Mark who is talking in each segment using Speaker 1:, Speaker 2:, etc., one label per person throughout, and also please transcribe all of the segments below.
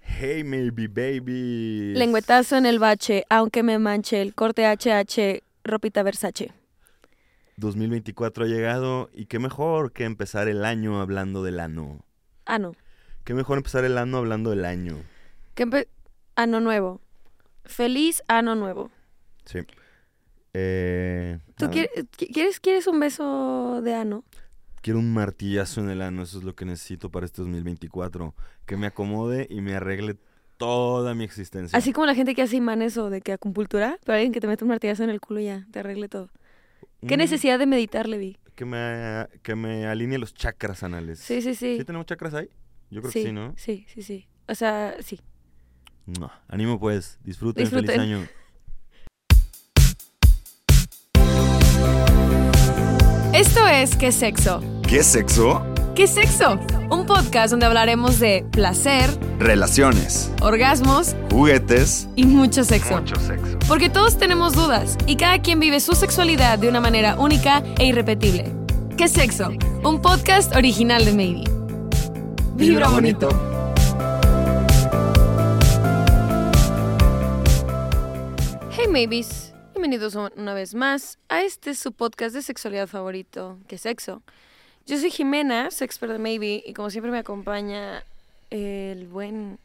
Speaker 1: Hey Maybe Baby.
Speaker 2: Lengüetazo en el bache, aunque me manche el corte HH, ropita Versace.
Speaker 1: 2024 ha llegado y qué mejor que empezar el año hablando del ano.
Speaker 2: Ah, no.
Speaker 1: Qué mejor empezar el ano hablando del año.
Speaker 2: ¿Qué empe- ano nuevo. Feliz ano nuevo.
Speaker 1: Sí. Eh,
Speaker 2: ¿Tú
Speaker 1: nada,
Speaker 2: quieres, qui- quieres, quieres un beso de ano?
Speaker 1: Quiero un martillazo en el ano, eso es lo que necesito para este 2024. Que me acomode y me arregle toda mi existencia.
Speaker 2: Así como la gente que hace imanes o de que acupuntura, pero alguien que te mete un martillazo en el culo y ya, te arregle todo. ¿Qué
Speaker 1: Un-
Speaker 2: necesidad de meditar, Levi?
Speaker 1: Mm, Que me, que me alinee los chakras anales.
Speaker 2: Sí, sí, sí.
Speaker 1: ¿Sí tenemos chakras ahí? Yo creo que sí, ¿no?
Speaker 2: Sí, sí, sí. O sea, sí.
Speaker 1: Mua. Ánimo pues, disfruten, feliz
Speaker 2: Disfruten.
Speaker 1: año.
Speaker 3: Esto es ¿Qué sexo?
Speaker 4: ¿Qué sexo?
Speaker 3: ¿Qué sexo? Un podcast donde hablaremos de placer,
Speaker 4: Relaciones,
Speaker 3: orgasmos
Speaker 4: juguetes,
Speaker 3: y mucho sexo.
Speaker 4: sexo.
Speaker 3: Porque todos tenemos dudas y cada quien vive su sexualidad de una manera única e irrepetible. ¿Qué sexo? Un podcast original de Maybe. Vibra bonito.
Speaker 2: Hey Maybes, bienvenidos un- una vez más a este su podcast de sexualidad favorito, que es sexo. Yo soy Jimena, sexper de Maybe, y como siempre me acompaña el buen,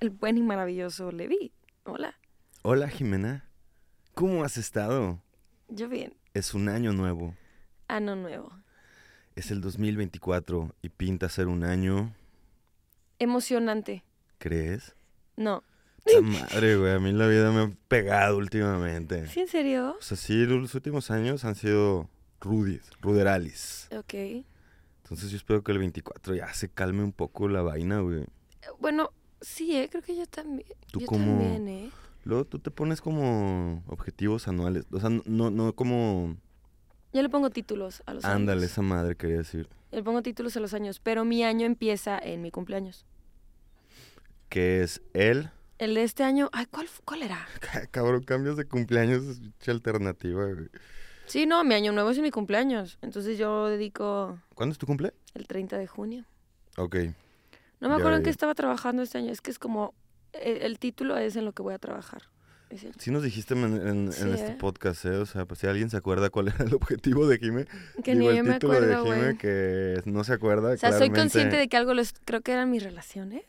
Speaker 2: el buen y maravilloso Levi. Hola,
Speaker 1: Hola Jimena, ¿cómo has estado?
Speaker 2: yo bien,
Speaker 1: Es un año nuevo,
Speaker 2: ano nuevo.
Speaker 1: es el 2024 y pinta ser un año,
Speaker 2: Emocionante,
Speaker 1: ¿crees?
Speaker 2: no.
Speaker 1: La madre, güey, a mí la vida me ha pegado últimamente.
Speaker 2: ¿Sí, en serio?
Speaker 1: O sea, sí, los últimos años han sido rudis, ruderalis.
Speaker 2: Ok.
Speaker 1: Entonces yo espero que el 24 ya se calme un poco la vaina, güey.
Speaker 2: Bueno, sí, eh, creo que yo también.
Speaker 1: ¿Tú
Speaker 2: yo
Speaker 1: cómo?
Speaker 2: también, ¿eh?
Speaker 1: Luego tú te pones como objetivos anuales, o sea, no, no como...
Speaker 2: Yo le pongo títulos a los
Speaker 1: Ándale,
Speaker 2: años.
Speaker 1: esa madre quería decir.
Speaker 2: Yo le pongo títulos a los años, pero mi año empieza en mi cumpleaños.
Speaker 1: Que es el...
Speaker 2: El de este año, ay, ¿cuál, fu- cuál era?
Speaker 1: Cabrón, cambios de cumpleaños es pinche alternativa, güey.
Speaker 2: Sí, no, mi año nuevo es mi cumpleaños. Entonces yo dedico
Speaker 1: ¿Cuándo es tu cumple?
Speaker 2: el 30 de junio.
Speaker 1: Ok.
Speaker 2: No me
Speaker 1: Ya,
Speaker 2: acuerdo en
Speaker 1: ya.
Speaker 2: qué estaba trabajando este año. Es que es como. El, el título es en lo que voy a trabajar. Es el-
Speaker 1: Sí nos dijiste en, en-
Speaker 2: Sí,
Speaker 1: en este
Speaker 2: ¿eh?
Speaker 1: podcast, ¿eh? O sea, pues si alguien se acuerda cuál era el objetivo de Jime.
Speaker 2: que
Speaker 1: digo,
Speaker 2: ni
Speaker 1: el
Speaker 2: yo me
Speaker 1: título
Speaker 2: acuerdo,
Speaker 1: de Jime
Speaker 2: güey.
Speaker 1: que no se acuerda.
Speaker 2: O sea, soy consciente de que algo lo. es- Creo que eran mis relaciones.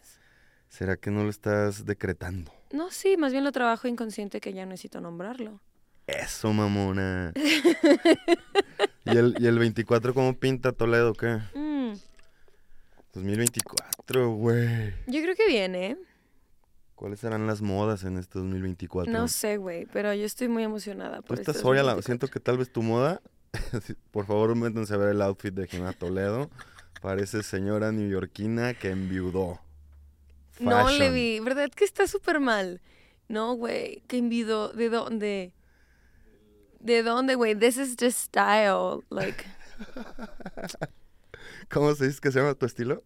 Speaker 1: ¿Será que no lo estás decretando?
Speaker 2: No, sí, más bien lo trabajo inconsciente que ya necesito nombrarlo.
Speaker 1: Eso, mamona. ¿Y, el, ¿Y el 24 cómo pinta Toledo? ¿Qué?
Speaker 2: Mm,
Speaker 1: 2024, güey.
Speaker 2: yo creo que viene, ¿eh?
Speaker 1: ¿Cuáles serán las modas en este 2024?
Speaker 2: No sé, güey, pero yo estoy muy emocionada.
Speaker 1: Tú
Speaker 2: Por
Speaker 1: estás
Speaker 2: estos
Speaker 1: hoy a la...
Speaker 2: 24.
Speaker 1: Siento que tal vez tu moda... sí, Por favor, métanse a ver el outfit de Jimena Toledo. Parece señora neoyorquina que enviudó.
Speaker 2: No,
Speaker 1: Fashion.
Speaker 2: Levi, ¿verdad que está súper mal? No, güey, que envido, ¿de dónde? ¿De dónde, güey? This is just style, like,
Speaker 1: ¿Cómo se dice que se llama tu estilo?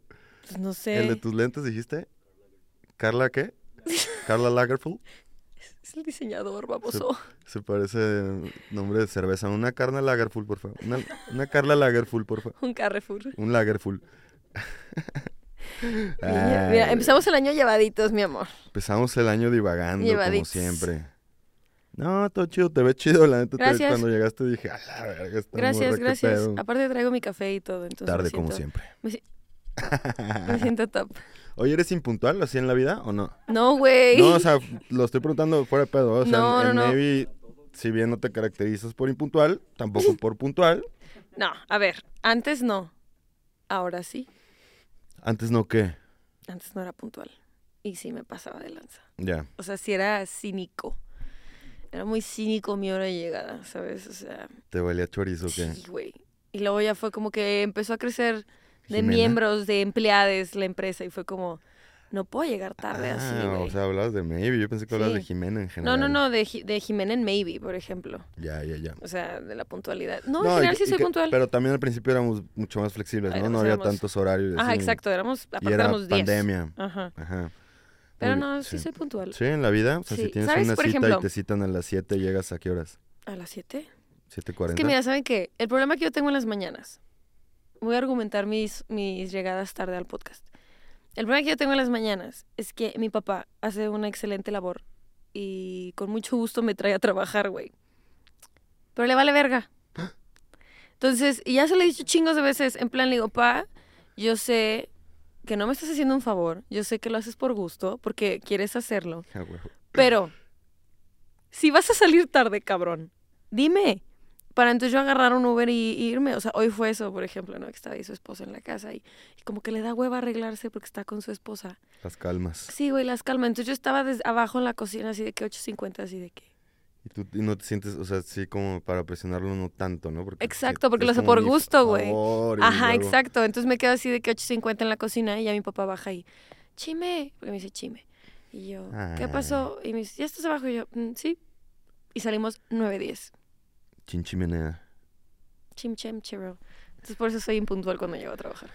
Speaker 2: pues, no sé.
Speaker 1: ¿El de tus lentes dijiste? ¿Carla qué? ¿Carla Lagerfeld?
Speaker 2: Es el diseñador, baboso.
Speaker 1: Se parece eh, nombre de cerveza. Una Carla Lagerfeld, por favor. Una, una Carla Lagerfeld, por favor.
Speaker 2: Un Carrefour.
Speaker 1: Un Lagerfeld.
Speaker 2: Mira,
Speaker 1: Ay,
Speaker 2: mira, empezamos el año llevaditos, mi amor.
Speaker 1: Empezamos el año divagando,
Speaker 2: Llevaditos.
Speaker 1: como siempre. No, todo chido, te ve chido, la neta. te-
Speaker 2: Gracias.
Speaker 1: Cuando llegaste dije, a la verga, está
Speaker 2: Gracias,
Speaker 1: morra, qué
Speaker 2: gracias.
Speaker 1: pedo".
Speaker 2: Aparte traigo mi café y todo, entonces
Speaker 1: Tarde,
Speaker 2: me
Speaker 1: como
Speaker 2: siento-
Speaker 1: siempre.
Speaker 2: me si- Me siento top.
Speaker 1: Oye, ¿eres impuntual así en la vida o no?
Speaker 2: No, güey.
Speaker 1: No, o sea, lo estoy preguntando fuera de pedo. O sea,
Speaker 2: No,
Speaker 1: en, en
Speaker 2: no, no.
Speaker 1: Navy, si bien no te caracterizas por impuntual, tampoco por puntual.
Speaker 2: No, a ver, antes no. Ahora sí.
Speaker 1: Antes no, ¿qué?
Speaker 2: Antes no era puntual. Y sí me pasaba de lanza.
Speaker 1: Ya.
Speaker 2: O sea, sí era cínico. Era muy cínico mi hora de llegada, ¿sabes? O sea,
Speaker 1: ¿Te valía chorizo qué?
Speaker 2: sí, güey. Y luego ya fue como que empezó a crecer de
Speaker 1: Jimena.
Speaker 2: miembros, de empleades la empresa y fue como, no puedo llegar tarde así,
Speaker 1: Ah,
Speaker 2: güey.
Speaker 1: o sea, hablabas de Maybe. Yo pensé que hablabas
Speaker 2: Sí.
Speaker 1: de Jimena en
Speaker 2: no,
Speaker 1: general.
Speaker 2: no, no, de, Ji- de Jimena en Maybe, por ejemplo.
Speaker 1: Ya, ya, ya.
Speaker 2: O sea, de la puntualidad. No,
Speaker 1: y
Speaker 2: en general
Speaker 1: que-
Speaker 2: sí
Speaker 1: y
Speaker 2: soy
Speaker 1: que-
Speaker 2: puntual.
Speaker 1: Pero también al principio éramos mucho más flexibles,
Speaker 2: Ay,
Speaker 1: ¿no?
Speaker 2: no,
Speaker 1: No
Speaker 2: sí,
Speaker 1: había
Speaker 2: éramos-
Speaker 1: tantos horarios.
Speaker 2: Ajá,
Speaker 1: así.
Speaker 2: exacto, éramos, aparte
Speaker 1: Y era
Speaker 2: éramos 10.
Speaker 1: pandemia.
Speaker 2: Ajá.
Speaker 1: Ajá.
Speaker 2: Pero
Speaker 1: Muy
Speaker 2: no,
Speaker 1: bien,
Speaker 2: sí, soy puntual.
Speaker 1: Sí, en la vida. O sea,
Speaker 2: Sí.
Speaker 1: si tienes
Speaker 2: ¿Sabes,
Speaker 1: una
Speaker 2: por
Speaker 1: cita
Speaker 2: ejemplo?
Speaker 1: y te citan a las 7, ¿llegas a qué horas?
Speaker 2: ¿A las 7?
Speaker 1: ¿7.40?
Speaker 2: Es que mira, ¿saben qué? El problema que yo tengo en las mañanas, voy a argumentar mis, mis llegadas tarde al podcast, El problema que yo tengo en las mañanas es que mi papá hace una excelente labor y con mucho gusto me trae a trabajar, güey. Pero le vale verga. Entonces, y ya se lo he dicho chingos de veces, en plan, le digo, pa, yo sé que no me estás haciendo un favor, yo sé que lo haces por gusto, porque quieres hacerlo,
Speaker 1: Ah, huevo.
Speaker 2: pero si vas a salir tarde, cabrón, dime. Para entonces yo agarrar un Uber y, y irme. O sea, hoy fue eso, por ejemplo, ¿no? Que estaba ahí su esposa en la casa y, y como que le da hueva arreglarse porque está con su esposa.
Speaker 1: Las calmas.
Speaker 2: Sí, güey, las calma. Entonces yo estaba desde abajo en la cocina así de que 8.50, así de que...
Speaker 1: Y tú y no te sientes, o sea, sí, como para presionarlo, no tanto, ¿no? Porque,
Speaker 2: Exacto, porque
Speaker 1: es
Speaker 2: lo hace
Speaker 1: como
Speaker 2: por
Speaker 1: mi
Speaker 2: gusto, güey.
Speaker 1: favor, y
Speaker 2: Ajá,
Speaker 1: luego-
Speaker 2: exacto. Entonces me quedo así de que 8.50 en la cocina y ya mi papá baja y... Chime, porque me dice chime. Y yo, ¿qué
Speaker 1: Ah.
Speaker 2: pasó? Y me dice, ¿ya estás abajo? Y yo, "Mm, sí. Y salimos 9.10.
Speaker 1: Chinchimenea.
Speaker 2: Chim, chem, chero. Entonces por eso soy impuntual cuando llego a trabajar.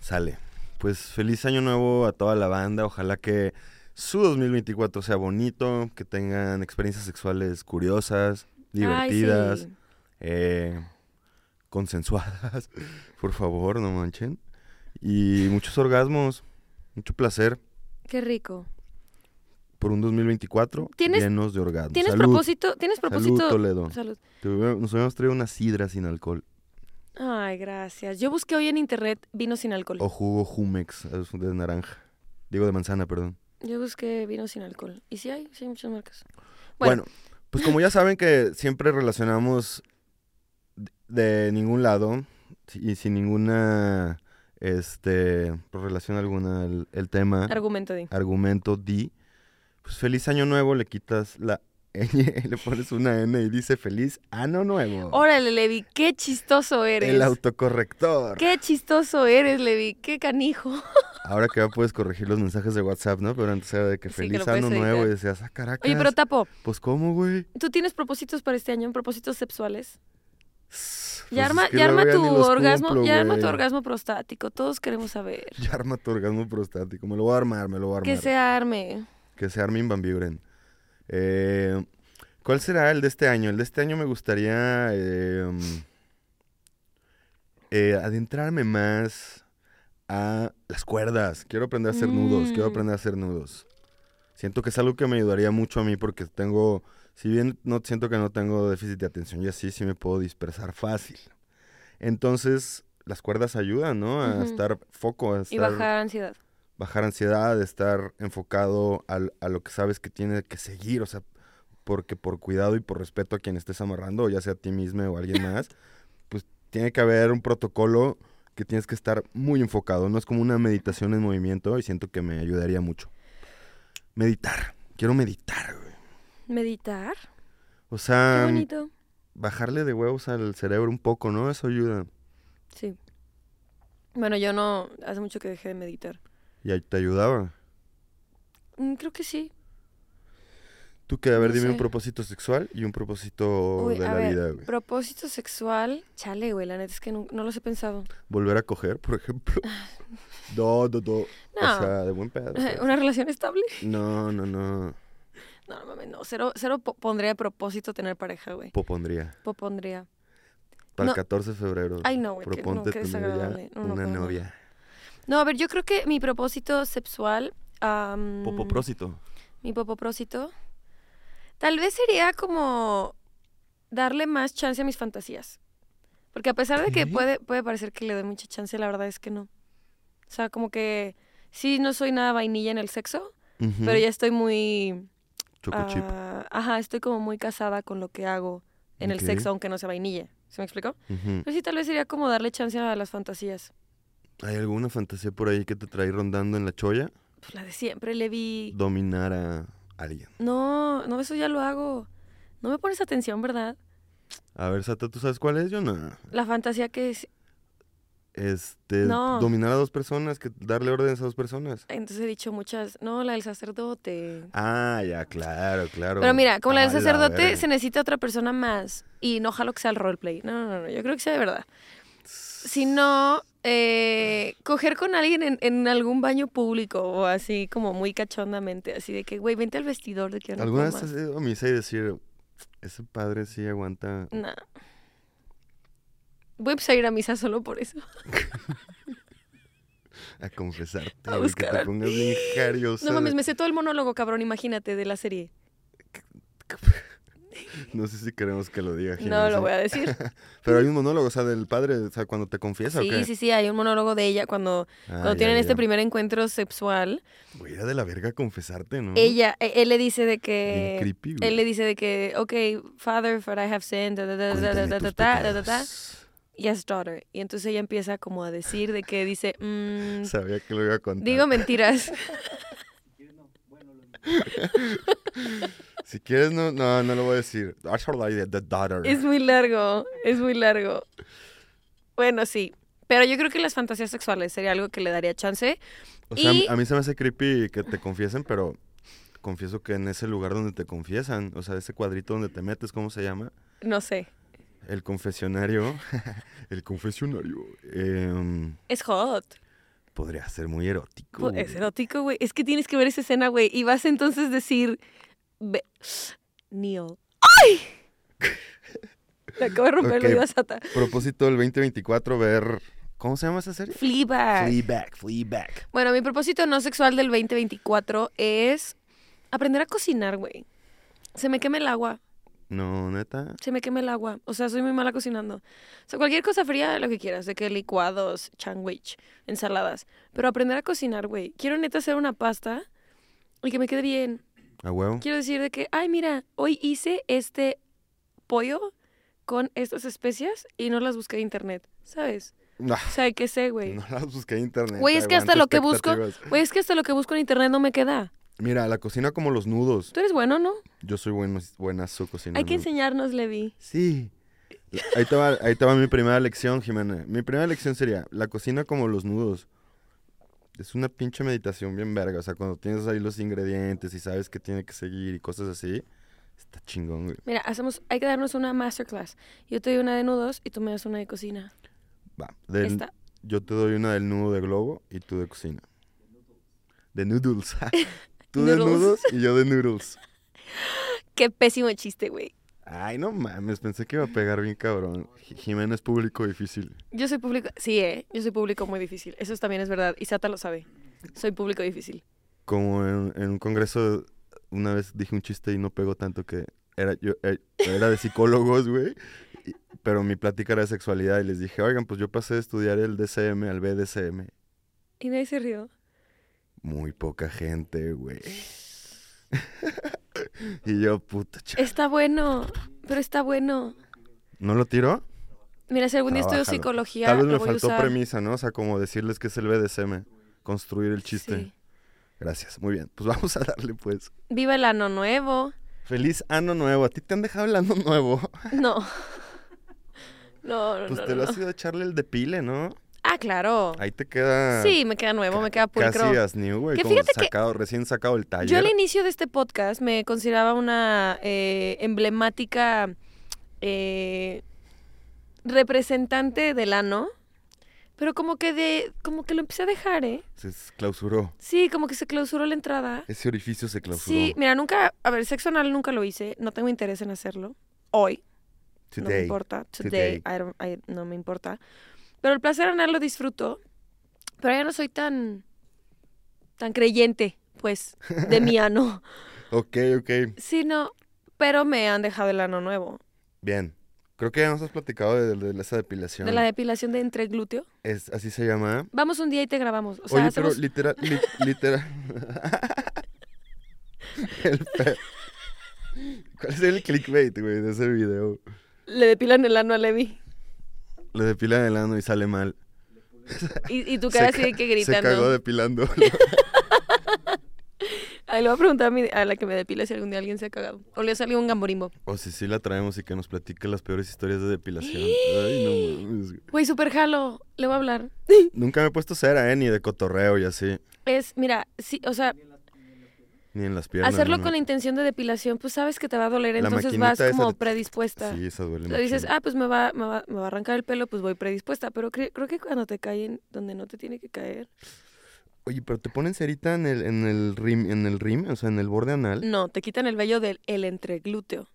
Speaker 1: Sale. Pues feliz año nuevo a toda la banda. Ojalá que su 2024 sea bonito, que tengan experiencias sexuales curiosas, divertidas,
Speaker 2: Ay, sí.
Speaker 1: eh, consensuadas, por favor, no manchen. Y muchos orgasmos, mucho placer
Speaker 2: Qué rico.
Speaker 1: por un 2024
Speaker 2: ¿Tienes-
Speaker 1: llenos de orgasmos.
Speaker 2: ¿Tienes
Speaker 1: Salud.
Speaker 2: propósito? ¿Tienes propósito?
Speaker 1: Salud, Toledo.
Speaker 2: Salud.
Speaker 1: Te hubiera- Nos habíamos traído una sidra sin alcohol
Speaker 2: Ay, gracias. Yo busqué hoy en internet vino sin alcohol.
Speaker 1: o jugo Jumex es de naranja. Digo de manzana, perdón.
Speaker 2: Yo busqué vino sin alcohol. Y sí hay, sí hay muchas marcas.
Speaker 1: Bueno.
Speaker 2: Bueno,
Speaker 1: pues como ya saben que siempre relacionamos de ningún lado y sin ninguna este por relación alguna el, el tema
Speaker 2: argumento de.
Speaker 1: argumento di pues feliz año nuevo le quitas la ñ le pones una n y dice feliz año nuevo
Speaker 2: Órale, Levi, qué chistoso eres.
Speaker 1: Oh. el autocorrector
Speaker 2: Qué chistoso eres, Levi, qué canijo.
Speaker 1: ahora que ya puedes corregir los mensajes de WhatsApp no pero antes era de que
Speaker 2: Sí, que
Speaker 1: feliz
Speaker 2: lo puedes
Speaker 1: año nuevo y
Speaker 2: editar.
Speaker 1: decías ah caracas
Speaker 2: Oye, pero Tapo,
Speaker 1: pues cómo güey
Speaker 2: ¿tú tienes propósitos para este año? ¿Propósitos sexuales?
Speaker 1: Pues
Speaker 2: ya
Speaker 1: es
Speaker 2: arma,
Speaker 1: que
Speaker 2: ya
Speaker 1: la
Speaker 2: arma
Speaker 1: verga
Speaker 2: tu
Speaker 1: ni los
Speaker 2: orgasmo,
Speaker 1: cumplo,
Speaker 2: ya arma tu
Speaker 1: güey.
Speaker 2: orgasmo prostático, todos queremos saber.
Speaker 1: Ya arma tu orgasmo prostático. Me lo voy a armar, me lo voy a armar.
Speaker 2: Que se arme.
Speaker 1: Que se arme Van Buren. Eh, ¿Cuál será el de este año? El de este año me gustaría eh, eh, adentrarme más a las cuerdas. Quiero aprender a hacer nudos, quiero
Speaker 2: Mm.
Speaker 1: aprender a hacer nudos. Siento que es algo que me ayudaría mucho a mí porque tengo, si bien no siento que no tengo déficit de atención y así, sí me puedo dispersar fácil. Entonces, las cuerdas ayudan, ¿no? A
Speaker 2: Ujú.
Speaker 1: estar foco, a estar
Speaker 2: Y bajar ansiedad.
Speaker 1: bajar ansiedad, estar enfocado al- a lo que sabes que tiene que seguir, o sea, porque por cuidado y por respeto a quien estés amarrando, ya sea a ti mismo o a alguien más, pues tiene que haber un protocolo que tienes que estar muy enfocado, no es como una meditación en movimiento y siento que me ayudaría mucho. Meditar, quiero meditar, güey.
Speaker 2: Meditar.
Speaker 1: O
Speaker 2: Qué
Speaker 1: sea,
Speaker 2: bonito.
Speaker 1: bajarle de huevos al cerebro un poco, ¿no? Eso ayuda.
Speaker 2: Sí. Bueno, yo no, hace mucho que dejé de meditar.
Speaker 1: Y ahí te ayudaba.
Speaker 2: Mm, Creo que sí.
Speaker 1: Tú que, a ver,
Speaker 2: No
Speaker 1: dime un
Speaker 2: sé.
Speaker 1: propósito sexual y un propósito
Speaker 2: Uy,
Speaker 1: de
Speaker 2: a
Speaker 1: la
Speaker 2: ver,
Speaker 1: vida, güey.
Speaker 2: propósito sexual, chale, güey, la neta es que nun- no, los he pensado.
Speaker 1: volver a coger, por ejemplo. No, no, no.
Speaker 2: No.
Speaker 1: O sea, de buen pedo. pues.
Speaker 2: ¿Una relación estable?
Speaker 1: No, no, no.
Speaker 2: No, no mames, no. Cero, cero po- pondría de propósito tener pareja, güey.
Speaker 1: Popondría.
Speaker 2: Popondría.
Speaker 1: Para
Speaker 2: No.
Speaker 1: el 14 de febrero.
Speaker 2: Ay, no, güey, que- no,
Speaker 1: Proponte
Speaker 2: qué
Speaker 1: tener
Speaker 2: desagradable.
Speaker 1: ya
Speaker 2: No, no
Speaker 1: una
Speaker 2: puedo, no.
Speaker 1: novia.
Speaker 2: No, a ver, yo creo que mi propósito sexual. am,
Speaker 1: Popoprósito.
Speaker 2: Mi popoprósito. Tal vez sería como darle más chance a mis fantasías. Porque a pesar de que
Speaker 1: ¿Qué?
Speaker 2: puede, puede parecer que le doy mucha chance, la verdad es que no. O sea, como que sí, no soy nada vainilla en el sexo,
Speaker 1: Ujú.
Speaker 2: pero ya estoy muy...
Speaker 1: Choco chip.
Speaker 2: ah, ajá, estoy como muy casada con lo que hago en el
Speaker 1: Ok. Mm.
Speaker 2: sexo, aunque no sea vainilla. ¿Se me explicó?
Speaker 1: Ujú.
Speaker 2: Pero sí, tal vez sería como darle chance a las fantasías.
Speaker 1: ¿Hay alguna fantasía por ahí que te trae rondando en la cholla?
Speaker 2: Pues la de siempre, le vi...
Speaker 1: Dominar a alguien.
Speaker 2: No, no, eso ya lo hago. No me pones atención, ¿verdad?
Speaker 1: A ver, Sata, ¿tú sabes cuál es? Yo no.
Speaker 2: La fantasía que es...
Speaker 1: Este,
Speaker 2: No.
Speaker 1: dominar a dos personas, que darle órdenes a dos personas.
Speaker 2: Entonces he dicho muchas, no, la del sacerdote.
Speaker 1: Ah, ya, claro, claro.
Speaker 2: Pero mira, como la del
Speaker 1: A la
Speaker 2: sacerdote
Speaker 1: verga.
Speaker 2: se necesita otra persona más y no jalo que sea el roleplay. No, no, no, no, yo creo que sea de verdad. Sino eh, coger con alguien en, en algún baño público o así como muy cachondamente, así de que, güey, vente al vestidor de que yo no
Speaker 1: ¿Alguna
Speaker 2: puedo
Speaker 1: vez has
Speaker 2: más.
Speaker 1: ido a misa eh, y decir, ese padre sí aguanta?
Speaker 2: No. Voy a empezar a ir a misa solo por eso.
Speaker 1: a confesarte.
Speaker 2: A
Speaker 1: güey, que
Speaker 2: buscar
Speaker 1: te
Speaker 2: al-
Speaker 1: pongas bien jariosa.
Speaker 2: No mames,
Speaker 1: de-
Speaker 2: me sé todo el monólogo, cabrón, imagínate, de la serie.
Speaker 1: No sé si queremos que lo diga.
Speaker 2: No lo voy a decir.
Speaker 1: Pero hay un monólogo, o sea, del padre, o sea, cuando te confiesa o
Speaker 2: Sí,
Speaker 1: qué.
Speaker 2: sí, sí, hay un monólogo de ella cuando,
Speaker 1: Ah,
Speaker 2: cuando tienen este primer encuentro sexual.
Speaker 1: Güey, era de la verga confesarte, ¿no?
Speaker 2: Ella, e- él le dice de
Speaker 1: Bien
Speaker 2: que...
Speaker 1: creepy, güey.
Speaker 2: Él le dice de que, ok, father, for I have sinned, da, da, da, da, da,
Speaker 1: Cuéntame
Speaker 2: da,
Speaker 1: tus
Speaker 2: da, da, da, da,
Speaker 1: pecados.
Speaker 2: yes, daughter. Y entonces ella empieza como a decir de que dice, mm,
Speaker 1: Sabía que lo iba a contar.
Speaker 2: digo mentiras.
Speaker 1: Si quieres, no, no, no lo voy a decir. I shall lie the- the daughter.
Speaker 2: Es muy largo, es muy largo. Bueno, sí. Pero yo creo que las fantasías sexuales sería algo que le daría chance.
Speaker 1: O sea,
Speaker 2: y-
Speaker 1: a mí se me hace creepy que te confiesen, pero confieso que en ese lugar donde te confiesan, o sea, ese cuadrito donde te metes, ¿cómo se llama?
Speaker 2: No sé.
Speaker 1: El confesionario. el confesionario. em,
Speaker 2: Es hot.
Speaker 1: podría ser muy erótico.
Speaker 2: Pues,
Speaker 1: güey.
Speaker 2: Es erótico, güey. Es que tienes que ver esa escena, güey. Y vas a entonces decir. ve- Neil. ¡Ay! Le acabo de romper
Speaker 1: Ok.
Speaker 2: el oído a Sata.
Speaker 1: Propósito del 2024, ver. ¿Cómo se llama esa serie?
Speaker 2: Fleabag.
Speaker 1: Fleabag, Fleabag.
Speaker 2: Bueno, mi propósito no sexual del 2024 es aprender a cocinar, güey. Se me quema el agua.
Speaker 1: No, neta.
Speaker 2: Se me quema el agua. O sea, soy muy mala cocinando. O sea, cualquier cosa fría, lo que quieras. De que licuados, sandwich, ensaladas. Pero aprender a cocinar, güey. Quiero neta hacer una pasta y que me quede bien.
Speaker 1: A huevo.
Speaker 2: Quiero decir de que, ay, mira, hoy hice este pollo con estas especias y no las busqué en internet, ¿sabes?
Speaker 1: No,
Speaker 2: O sea, que sé, güey.
Speaker 1: no las busqué en internet.
Speaker 2: Güey, es que hasta
Speaker 1: aguanta
Speaker 2: lo que busco-
Speaker 1: expectativas.
Speaker 2: Güey, es que hasta lo que busco en internet no me queda.
Speaker 1: Mira, la cocina como los nudos.
Speaker 2: Tú eres bueno, ¿no?
Speaker 1: Yo soy buen, buena su cocinando.
Speaker 2: Hay que enseñarnos, Levi.
Speaker 1: Sí. Ahí te, va, ahí te va mi primera lección, Jimena. Mi primera lección sería, la cocina como los nudos. Es una pinche meditación bien verga. O sea, cuando tienes ahí los ingredientes y sabes que tiene que seguir y cosas así, está chingón, güey.
Speaker 2: Mira, hacemos, hay que darnos una masterclass. Yo te doy una de nudos y tú me das una de cocina.
Speaker 1: Va. del-
Speaker 2: Esta.
Speaker 1: Yo te doy una del nudo de globo y tú de cocina. De noodles. tú de
Speaker 2: Noodles.
Speaker 1: nudos y yo de noodles.
Speaker 2: Qué pésimo chiste, güey.
Speaker 1: Ay, no mames, pensé que iba a pegar bien cabrón. Ji- Jimena es público difícil.
Speaker 2: Yo soy público, sí, eh. Yo soy público muy difícil. Eso también es verdad. Y Sata lo sabe. Soy público difícil.
Speaker 1: Como en, en un congreso, una vez dije un chiste y no pegó tanto que era, yo, eh, era de psicólogos, güey. y- Pero mi plática era de sexualidad y les dije, oigan, pues yo pasé de estudiar el DCM al BDSM.
Speaker 2: Y nadie se rió.
Speaker 1: Muy poca gente, güey. y yo, puta, cha-
Speaker 2: Está bueno, pero está bueno.
Speaker 1: ¿No lo tiró?
Speaker 2: Mira, si algún día estudio
Speaker 1: Trabájalo.
Speaker 2: psicología,
Speaker 1: Tal vez
Speaker 2: lo
Speaker 1: me
Speaker 2: voy
Speaker 1: faltó
Speaker 2: a usar.
Speaker 1: premisa, ¿no? O sea, como decirles que es el BDSM. Construir el chiste.
Speaker 2: Sí.
Speaker 1: Gracias, muy bien. Pues vamos a darle, pues.
Speaker 2: Viva el ano nuevo.
Speaker 1: Feliz año nuevo. ¿A ti te han dejado el año nuevo?
Speaker 2: No. No, no,
Speaker 1: Pues
Speaker 2: no,
Speaker 1: te
Speaker 2: no,
Speaker 1: lo has
Speaker 2: no.
Speaker 1: ido a echarle el depile, ¿no?
Speaker 2: Ah, claro.
Speaker 1: Ahí te queda.
Speaker 2: Sí, me queda nuevo, me queda pulcro.
Speaker 1: Ah. Casi as new, güey.
Speaker 2: Que
Speaker 1: Como
Speaker 2: fíjate que-
Speaker 1: sacado, recién sacado el taller.
Speaker 2: Yo al inicio de este podcast me consideraba una eh, emblemática eh, representante del ano, pero como que de, como que lo empecé a dejar, ¿eh?
Speaker 1: Se s- clausuró.
Speaker 2: Sí, como que se clausuró la entrada.
Speaker 1: Ese orificio se clausuró.
Speaker 2: Sí, mira, nunca, a ver, sexo anal nunca lo hice, no tengo interés en hacerlo hoy. No me
Speaker 1: Today.
Speaker 2: importa. Today, I don't- I- no me importa. Pero el placer anal lo disfruto. Pero ya no soy tan, tan creyente, pues, de mi ano.
Speaker 1: ok, ok.
Speaker 2: Sí, no. Pero me han dejado el ano nuevo.
Speaker 1: Bien. Creo que ya nos has platicado de, de- de esa depilación.
Speaker 2: De la depilación de entreglúteo.
Speaker 1: Es, así se llama.
Speaker 2: Vamos un día y te grabamos. O sea,
Speaker 1: Oye,
Speaker 2: hacemos...
Speaker 1: pero literal, li- literal. El pe- ¿Cuál es el clickbait, güey, de ese video?
Speaker 2: Le depilan el ano a Levi.
Speaker 1: Le depilan el ano y sale mal.
Speaker 2: Y, y tu
Speaker 1: Se
Speaker 2: cara
Speaker 1: ca-
Speaker 2: así de que
Speaker 1: Se cagó
Speaker 2: gritando.
Speaker 1: depilando.
Speaker 2: Ahí le voy a preguntar a, mi- a la que me depila si algún día alguien se ha cagado. O le ha salido un gamborimbo.
Speaker 1: O si sí la traemos y que nos platique las peores historias de depilación. Ay, no mames. güey.
Speaker 2: Güey, super jalo. Le voy a hablar.
Speaker 1: Nunca me he puesto cera, ¿eh? Ni de cotorreo y así.
Speaker 2: Es, mira, sí, o sea,
Speaker 1: Ni en las piernas.
Speaker 2: Hacerlo
Speaker 1: no
Speaker 2: con la
Speaker 1: me-
Speaker 2: intención de depilación, pues sabes que te va a doler,
Speaker 1: La
Speaker 2: entonces
Speaker 1: maquinita
Speaker 2: vas
Speaker 1: esa
Speaker 2: como
Speaker 1: de-
Speaker 2: predispuesta.
Speaker 1: Sí, esa duele
Speaker 2: O sea, dices,
Speaker 1: machín.
Speaker 2: ah, pues me va, me, va, me va a arrancar el pelo, pues voy predispuesta. Pero cre- creo que cuando te caen donde no te tiene que caer.
Speaker 1: Oye, pero te ponen cerita en el, en el rim, en el rim, o sea, en el borde anal.
Speaker 2: No, te quitan el vello del el entreglúteo. O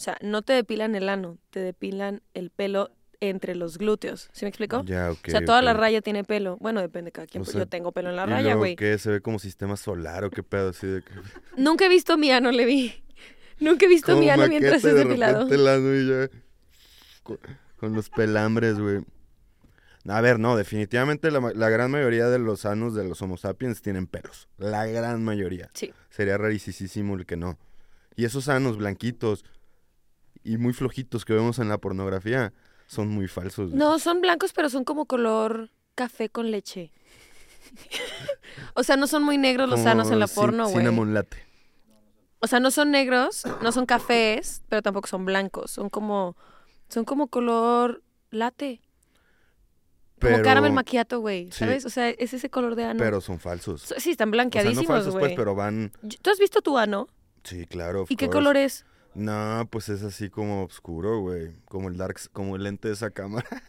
Speaker 2: sea, no te depilan el ano, te depilan el pelo entre los glúteos. ¿Sí me explico?
Speaker 1: Ya, ok.
Speaker 2: o sea, toda la
Speaker 1: ok.
Speaker 2: raya tiene pelo. Bueno, depende de cada quien.
Speaker 1: O
Speaker 2: pues
Speaker 1: sea,
Speaker 2: yo tengo pelo en
Speaker 1: ¿Y
Speaker 2: la raya,
Speaker 1: luego
Speaker 2: güey.
Speaker 1: qué? ¿Se ve como sistema solar o qué pedo? Así de que...
Speaker 2: Nunca he visto a mi ano, le vi. Nunca he visto a mi ano mientras
Speaker 1: maqueta y
Speaker 2: es
Speaker 1: de
Speaker 2: depilado.
Speaker 1: repente la ando y ya con, con los pelambres, güey. A ver, no, definitivamente la, ma- la gran mayoría de los anus de los homo sapiens tienen pelos. La gran mayoría.
Speaker 2: Sí.
Speaker 1: Sería rarísimo el que no. Y esos anus blanquitos y muy flojitos que vemos en la pornografía son muy falsos. güey.
Speaker 2: No, son blancos, pero son como color café con leche. o sea, no son muy negros los
Speaker 1: Como
Speaker 2: sanos en la
Speaker 1: cin-
Speaker 2: porno, güey.
Speaker 1: Cinnamon latte.
Speaker 2: O sea, no son negros, no son cafés, pero tampoco son blancos. Son como, son como color latte.
Speaker 1: Pero,
Speaker 2: Como caramel maquiato, güey.
Speaker 1: Sí.
Speaker 2: ¿Sabes? O sea, es ese color de ano.
Speaker 1: pero son falsos.
Speaker 2: So- sí,
Speaker 1: O sea,
Speaker 2: están
Speaker 1: no
Speaker 2: blanqueadísimos, güey.
Speaker 1: falsos, pues, pero van...
Speaker 2: Yo- ¿Tú has visto tu ano?
Speaker 1: Sí, claro. of
Speaker 2: ¿Y qué
Speaker 1: course.
Speaker 2: color es?
Speaker 1: No, pues es así como oscuro, güey. Como el dark, como el lente de esa cámara.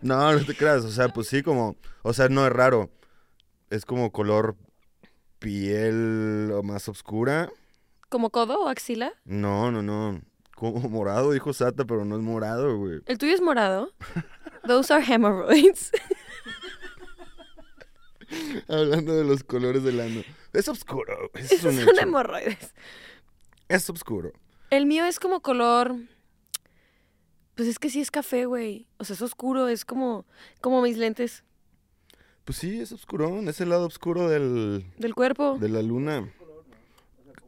Speaker 1: no, no te creas. O sea, pues sí, como. O sea, no es raro. Es como color piel o más oscura.
Speaker 2: ¿Como codo o axila?
Speaker 1: No, no, no. Como morado, dijo Sata, pero no es morado, güey.
Speaker 2: ¿El tuyo es morado? Those are hemorrhoids.
Speaker 1: Hablando de los colores del ano. Es oscuro. güey, eso Es,
Speaker 2: Esos
Speaker 1: un
Speaker 2: son
Speaker 1: hecho.
Speaker 2: hemorroides.
Speaker 1: Es oscuro.
Speaker 2: El mío es como color... Pues es que sí es café, güey. O sea, es oscuro, es como, como mis lentes
Speaker 1: Pues sí, es oscurón. Es el lado oscuro del,
Speaker 2: del cuerpo.
Speaker 1: de la luna.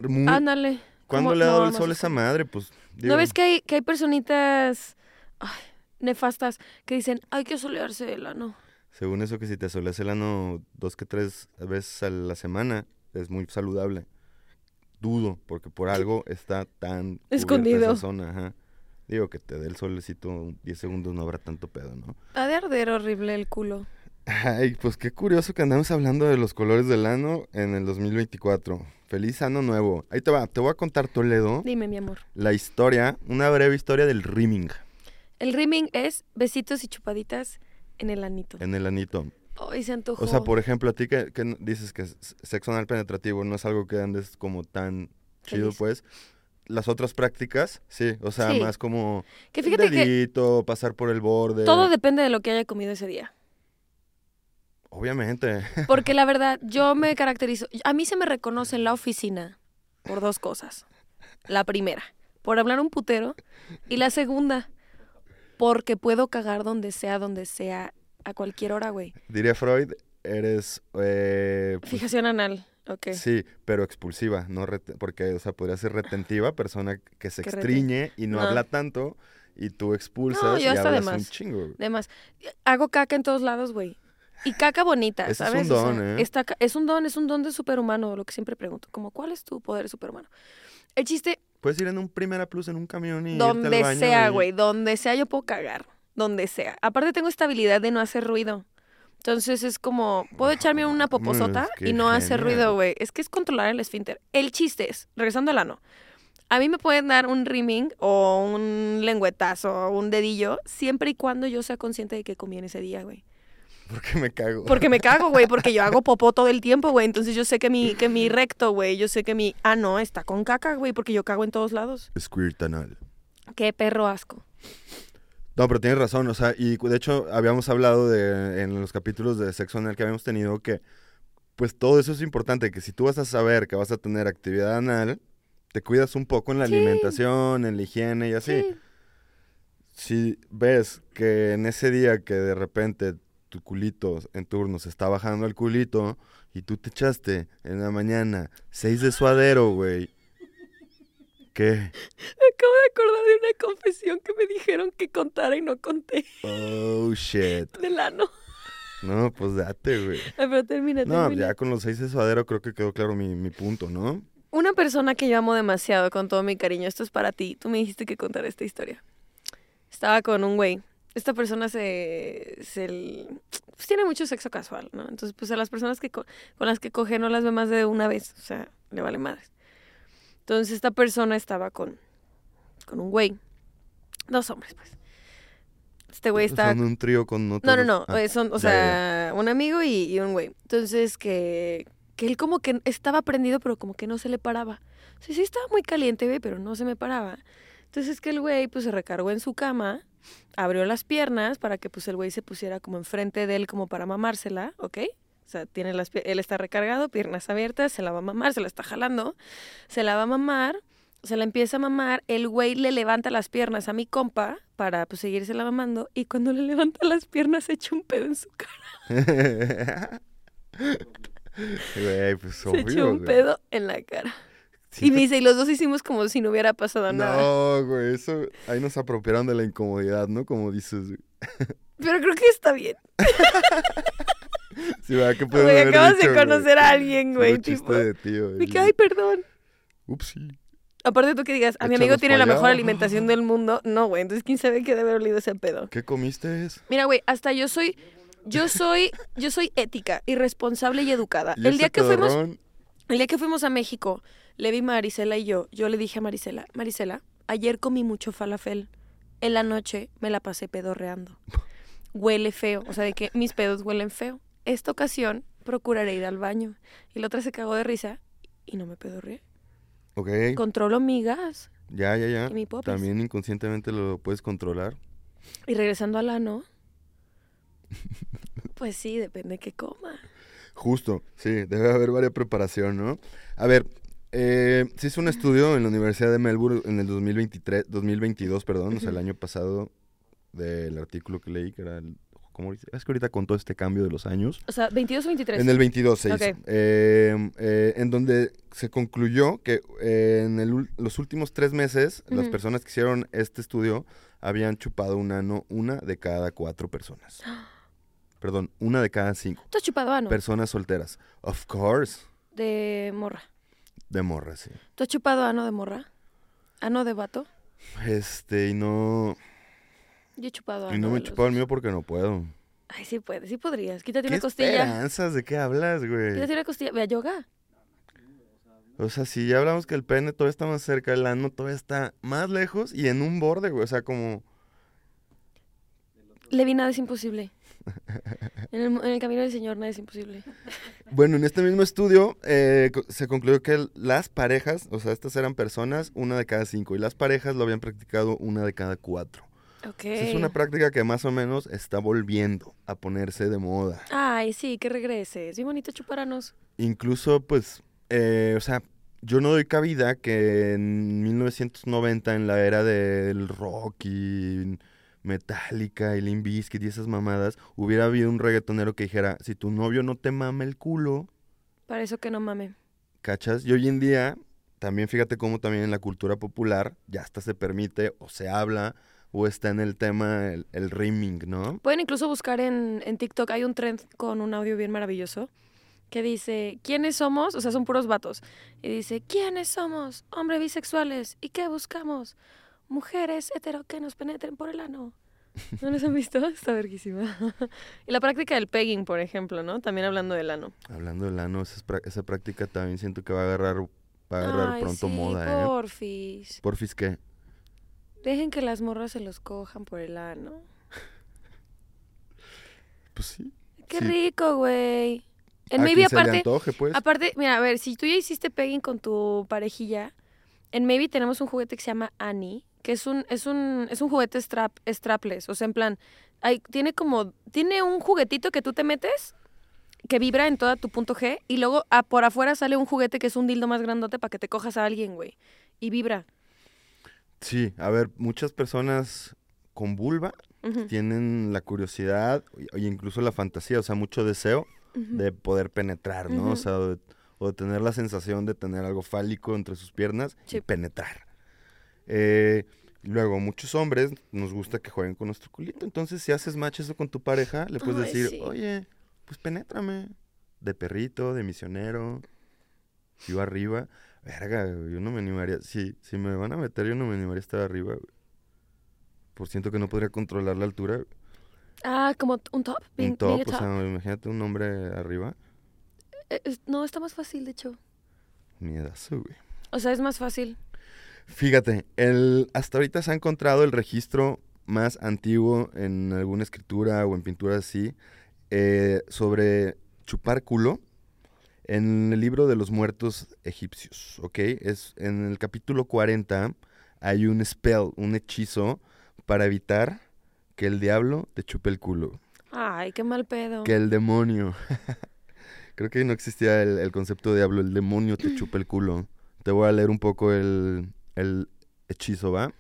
Speaker 1: Muy-
Speaker 2: Ándale.
Speaker 1: ¿Cuándo
Speaker 2: como-
Speaker 1: le ha dado
Speaker 2: no,
Speaker 1: el
Speaker 2: más
Speaker 1: sol a esa
Speaker 2: oscuro.
Speaker 1: madre? Pues.
Speaker 2: ¿No ves que hay, que hay personitas ay, nefastas que dicen, hay que solearse el ano?
Speaker 1: Según eso, que si te asoleas el ano dos que tres veces a la semana, es muy saludable. Dudo, porque por algo está tan cubierta
Speaker 2: Escondido.
Speaker 1: esa zona, ajá. Digo, que te dé el solecito 10 segundos no habrá tanto pedo, ¿no?
Speaker 2: Ha de arder horrible el culo.
Speaker 1: Ay, pues qué curioso que andamos hablando de los colores del ano en el 2024. Feliz ano nuevo. Ahí te va, te voy a contar, Toledo,
Speaker 2: Dime, mi amor.
Speaker 1: la historia, una breve historia del rimming
Speaker 2: El rimming es besitos y chupaditas en el anito.
Speaker 1: en el anito.
Speaker 2: Ay, se antojó.
Speaker 1: O sea, por ejemplo, a ti que, que n- dices que s- sexo anal penetrativo no es algo que andes como tan chido,
Speaker 2: Feliz.
Speaker 1: pues. Las otras prácticas, sí, o sea,
Speaker 2: Sí.
Speaker 1: más como
Speaker 2: Que fíjate que
Speaker 1: dedito, pasar por el borde.
Speaker 2: todo depende de lo que haya comido ese día.
Speaker 1: Obviamente.
Speaker 2: Porque la verdad, yo me caracterizo. A mí se me reconoce en la oficina por dos cosas. La primera, por hablar un putero. Y la segunda, porque puedo cagar donde sea, donde sea, a cualquier hora, güey.
Speaker 1: Diría Freud, eres... eh, pues,
Speaker 2: Fijación anal. Ok.
Speaker 1: Sí, pero expulsiva, no rete- porque, o sea, podría ser retentiva, persona que se
Speaker 2: Que rete-
Speaker 1: extriñe y no,
Speaker 2: No.
Speaker 1: habla tanto, y tú expulsas
Speaker 2: No, yo
Speaker 1: y
Speaker 2: hasta de
Speaker 1: hablas un
Speaker 2: más.
Speaker 1: chingo.
Speaker 2: Además, hago caca en todos lados, güey. Y caca bonita,
Speaker 1: Ese es
Speaker 2: ¿sabes?
Speaker 1: un
Speaker 2: O sea,
Speaker 1: don, ¿eh?
Speaker 2: está ca- es un don, es un don de superhumano, lo que siempre pregunto. Como, ¿cuál es tu poder superhumano? El chiste,
Speaker 1: Puedes ir en un primera plus en un camión y irte al
Speaker 2: donde
Speaker 1: baño
Speaker 2: sea,
Speaker 1: y-
Speaker 2: güey, donde sea yo puedo cagar. Donde sea. Aparte tengo esta habilidad de no hacer ruido. Entonces es como, puedo echarme una poposota
Speaker 1: mm, qué
Speaker 2: y no hacer
Speaker 1: genial.
Speaker 2: ruido, güey. Es que es controlar el esfínter. El chiste es, regresando al ano, a mí me pueden dar un rimming o un lengüetazo o un dedillo siempre y cuando yo sea consciente de que comí en ese día, güey.
Speaker 1: Porque me cago.
Speaker 2: Porque me cago, güey, porque yo hago popó todo el tiempo, güey. Entonces yo sé que mi, que mi recto, güey, yo sé que mi ah, no, está con caca, güey, porque yo cago en todos lados.
Speaker 1: Squirt anal.
Speaker 2: Qué perro asco.
Speaker 1: No, pero tienes razón, o sea, y cu- de hecho habíamos hablado de, en los capítulos de sexo anal que habíamos tenido que, pues todo eso es importante, que si tú vas a saber que vas a tener actividad anal, te cuidas un poco en la
Speaker 2: Sí.
Speaker 1: alimentación, en la higiene y así. Si ves que en ese día que de repente tu culito en turno se está bajando el culito y tú te echaste en la mañana seis de suadero, güey. ¿Qué?
Speaker 2: Me acabo de acordar de una confesión que me dijeron que contara y no conté
Speaker 1: Oh, shit.
Speaker 2: del ano.
Speaker 1: No, pues date, güey.
Speaker 2: Ay, Ah, pero termina,
Speaker 1: No,
Speaker 2: termina.
Speaker 1: ya con los seis de suadero creo que quedó claro mi, mi punto, ¿no?
Speaker 2: Una persona que yo amo demasiado con todo mi cariño, esto es para ti. Tú me dijiste que contara esta historia. Estaba con un güey. Esta persona se, se l- pues tiene mucho sexo casual, ¿no? Entonces, pues a las personas que co- con las que coge no las ve más de una vez, o sea, le vale madres. Entonces, esta persona estaba con con un güey. Dos hombres, pues. Este güey estaba
Speaker 1: Son un trío con no
Speaker 2: No, no,
Speaker 1: todos-
Speaker 2: no.
Speaker 1: Ah,
Speaker 2: eh, son, o
Speaker 1: ya,
Speaker 2: sea, un amigo y, y un güey. Entonces, que, que él como que estaba prendido, pero como que no se le paraba. O sea, sí estaba muy caliente, güey, pero no se me paraba. Entonces, que el güey, pues, se recargó en su cama abrió las piernas para que pues el güey se pusiera como enfrente de él como para mamársela, ¿ok? O sea, tiene las pier- él está recargado, piernas abiertas, se la va a mamar, se la está jalando, se la va a mamar, se la empieza a mamar, el güey le levanta las piernas a mi compa para pues seguirse la mamando y cuando le levanta las piernas se echa un pedo en su cara,
Speaker 1: Güey, pues
Speaker 2: se
Speaker 1: obvio.
Speaker 2: echa un
Speaker 1: güey.
Speaker 2: pedo en la cara.
Speaker 1: Sí,
Speaker 2: Y me dice, y los dos hicimos como si no hubiera pasado nada.
Speaker 1: No, güey, eso. Ahí nos apropiaron de la incomodidad, ¿no? Como dices. güey.
Speaker 2: Pero creo que está bien.
Speaker 1: Sí, ¿verdad? ¿Qué pueden
Speaker 2: Güey,
Speaker 1: haber
Speaker 2: acabas
Speaker 1: dicho,
Speaker 2: de conocer a alguien,
Speaker 1: Puro
Speaker 2: güey.
Speaker 1: chiste
Speaker 2: Tipo,
Speaker 1: de tío.
Speaker 2: de
Speaker 1: güey.
Speaker 2: que, ay, perdón.
Speaker 1: Upsi.
Speaker 2: Aparte tú que digas, a mi
Speaker 1: Échalos
Speaker 2: amigo tiene
Speaker 1: pa'
Speaker 2: la
Speaker 1: allá.
Speaker 2: mejor alimentación del mundo. No, güey, entonces quién sabe qué debe haber olido ese pedo.
Speaker 1: ¿Qué comiste es?
Speaker 2: Mira, güey, hasta yo soy, yo soy, yo soy ética, irresponsable y educada.
Speaker 1: ¿Y
Speaker 2: El
Speaker 1: ese
Speaker 2: día que fuimos,
Speaker 1: pedorrón?
Speaker 2: el día que fuimos a México, le vi Marisela y yo, yo le dije a Marisela, Marisela, ayer comí mucho falafel. En la noche me la pasé pedorreando. Huele feo, o sea, de que mis pedos huelen feo. Esta ocasión procuraré ir al baño. Y la otra se cagó de risa y no me pedorreé.
Speaker 1: Ok.
Speaker 2: Controlo mi gas.
Speaker 1: Ya, ya, ya.
Speaker 2: y mi pues popis.
Speaker 1: Ah, También inconscientemente lo puedes controlar.
Speaker 2: Y regresando al ano. Pues sí, depende que coma.
Speaker 1: Justo, sí, debe haber varias preparación, ¿no? A ver, eh, se hizo un estudio en la Universidad de Melbourne en el 2023, 2022, perdón, o sea, el año pasado, del artículo que leí, que era, el, ¿cómo dice? Es que ahorita con todo este cambio de los años,
Speaker 2: O sea, 22 o 23.
Speaker 1: en el 22 se hizo,
Speaker 2: Ok.
Speaker 1: eh, eh, en donde se concluyó que eh, en el ul- los últimos tres meses, las
Speaker 2: Ujú.
Speaker 1: personas que hicieron este estudio habían chupado un ano una de cada cuatro personas. Perdón, una de cada cinco.
Speaker 2: Tú has chupado ano
Speaker 1: Personas solteras. Of course.
Speaker 2: de morra.
Speaker 1: De morra, sí.
Speaker 2: ¿Tú has chupado ano de morra? ¿Ano de vato?
Speaker 1: Este, y no.
Speaker 2: Yo he chupado ano.
Speaker 1: Y no me he
Speaker 2: de los
Speaker 1: chupado el
Speaker 2: dos.
Speaker 1: mío porque no puedo.
Speaker 2: Ay, sí puedes, sí podrías. Quítate
Speaker 1: ¿Qué
Speaker 2: una costilla.
Speaker 1: esperanzas? ¿De qué hablas, güey?
Speaker 2: Quítate una costilla. Ve a yoga.
Speaker 1: O sea, si ya hablamos que el pene todavía está más cerca, el ano todavía está más lejos y en un borde, güey. O sea, como.
Speaker 2: Le vi nada es imposible. En el, mu- en el camino del Señor nada es imposible.
Speaker 1: Bueno, en este mismo estudio eh, co- se concluyó que el- las parejas, o sea, estas eran personas, una de cada cinco, y las parejas lo habían practicado una de cada cuatro.
Speaker 2: Ok.
Speaker 1: O sea, Es una práctica que más o menos está volviendo a ponerse de moda.
Speaker 2: Ay, sí, que regreses. Bien bonito chupar anos.
Speaker 1: incluso pues, eh, o sea, yo no doy cabida que en 1990, en la era del rock y Metallica y Limp Bizkit y esas mamadas, hubiera habido un reggaetonero que dijera, si tu novio no te mama el culo,
Speaker 2: Para eso que no mame.
Speaker 1: ¿cachas? Y hoy en día, también fíjate cómo también en la cultura popular ya hasta se permite o se habla o está en el tema el, el rimming, ¿no?
Speaker 2: Pueden incluso buscar en, en TikTok, hay un trend con un audio bien maravilloso que dice, ¿quiénes somos? O sea, son puros vatos. Y dice, ¿quiénes somos? Hombres bisexuales. ¿Y qué buscamos? Mujeres hetero que nos penetren por el ano. ¿No los han visto? Está verguísima. y la práctica del pegging, por ejemplo, ¿no? También hablando del ano.
Speaker 1: Hablando del ano, esa, es pra- esa práctica también siento que va a agarrar, va a agarrar
Speaker 2: Ay,
Speaker 1: pronto
Speaker 2: sí,
Speaker 1: moda, ¿eh?
Speaker 2: porfis.
Speaker 1: Porfis, ¿qué?
Speaker 2: Dejen que las morras se los cojan por el ano.
Speaker 1: Pues sí.
Speaker 2: ¡Qué
Speaker 1: Sí.
Speaker 2: rico, güey! En
Speaker 1: A
Speaker 2: Maybe,
Speaker 1: quien se le
Speaker 2: aparte,
Speaker 1: antoje, pues.
Speaker 2: Aparte, mira, a ver, si tú ya hiciste pegging con tu parejilla, en Maybe tenemos un juguete que se llama Annie, que es un, es un, es un juguete strap, strapless. O sea, en plan, hay- tiene como, tiene un juguetito que tú te metes que vibra en toda tu punto G y luego ah, por afuera sale un juguete que es un dildo más grandote para que te cojas a alguien, güey. Y vibra.
Speaker 1: Sí, a ver, muchas personas con vulva
Speaker 2: Ujú.
Speaker 1: tienen la curiosidad y- e incluso la fantasía, o sea, mucho deseo de poder penetrar, ¿no? O
Speaker 2: Ujú.
Speaker 1: sea, o de, o de tener la sensación de tener algo fálico entre sus piernas y
Speaker 2: Sí.
Speaker 1: penetrar. Eh, luego, muchos hombres nos gusta que jueguen con nuestro culito, entonces si haces match eso con tu pareja, le puedes
Speaker 2: Ay,
Speaker 1: decir,
Speaker 2: sí.
Speaker 1: oye, pues penétrame, de perrito, de misionero, yo arriba. Verga, güey, yo no me animaría. Si, si me van a meter, yo no me animaría a estar arriba. güey. Por siento que no podría controlar la altura. güey.
Speaker 2: Ah, como t- un top. being-
Speaker 1: un top,
Speaker 2: being a
Speaker 1: o
Speaker 2: top.
Speaker 1: sea, imagínate un hombre arriba.
Speaker 2: Eh, es- no, está más fácil, de hecho.
Speaker 1: Miedazo, güey.
Speaker 2: O sea, es más fácil.
Speaker 1: Fíjate, el, hasta ahorita se ha encontrado el registro más antiguo en alguna escritura o en pintura así eh, sobre chupar culo en el libro de los muertos egipcios, ¿ok? Es, en el capítulo 40 hay un spell, un hechizo para evitar que el diablo te chupe el culo,
Speaker 2: Ay, qué mal pedo.
Speaker 1: que el demonio. Creo que no existía el, el concepto de diablo, el demonio te chupe el culo. Te voy a leer un poco el, el hechizo, ¿va?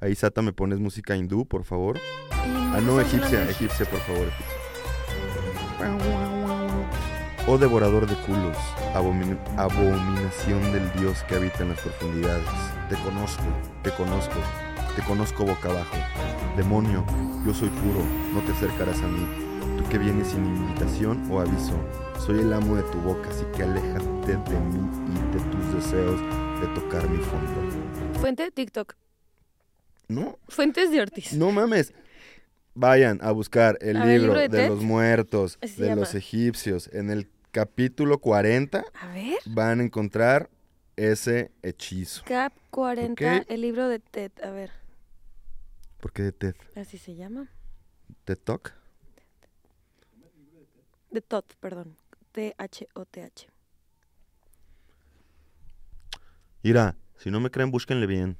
Speaker 1: Ahí, Sata, me pones música hindú, por favor. Ah, no, egipcia, egipcia, por favor. egipcia. Oh devorador de culos, abomin- abominación del Dios que habita en las profundidades. Te conozco, te conozco, te conozco boca abajo. Demonio, yo soy puro, no te acercarás a mí. Tú que vienes sin invitación o aviso, soy el amo de tu boca, así que aléjate de mí y de tus deseos de tocar mi fondo.
Speaker 2: Fuente de TikTok.
Speaker 1: No,
Speaker 2: Fuentes de Ortiz.
Speaker 1: no mames. Vayan a buscar el
Speaker 2: A ver,
Speaker 1: libro,
Speaker 2: ¿el libro de
Speaker 1: de,
Speaker 2: Tet?
Speaker 1: los muertos,
Speaker 2: Así se
Speaker 1: de
Speaker 2: llama.
Speaker 1: los egipcios. En el capítulo 40
Speaker 2: A ver.
Speaker 1: van a encontrar ese hechizo.
Speaker 2: Cap 40,
Speaker 1: Ok.
Speaker 2: el libro de Ted. A ver,
Speaker 1: ¿Por qué de Tet?
Speaker 2: así se llama.
Speaker 1: ¿Ted Talk?
Speaker 2: De Todd, perdón. T-H-O-T-H.
Speaker 1: Mira, si no me creen, búsquenle bien.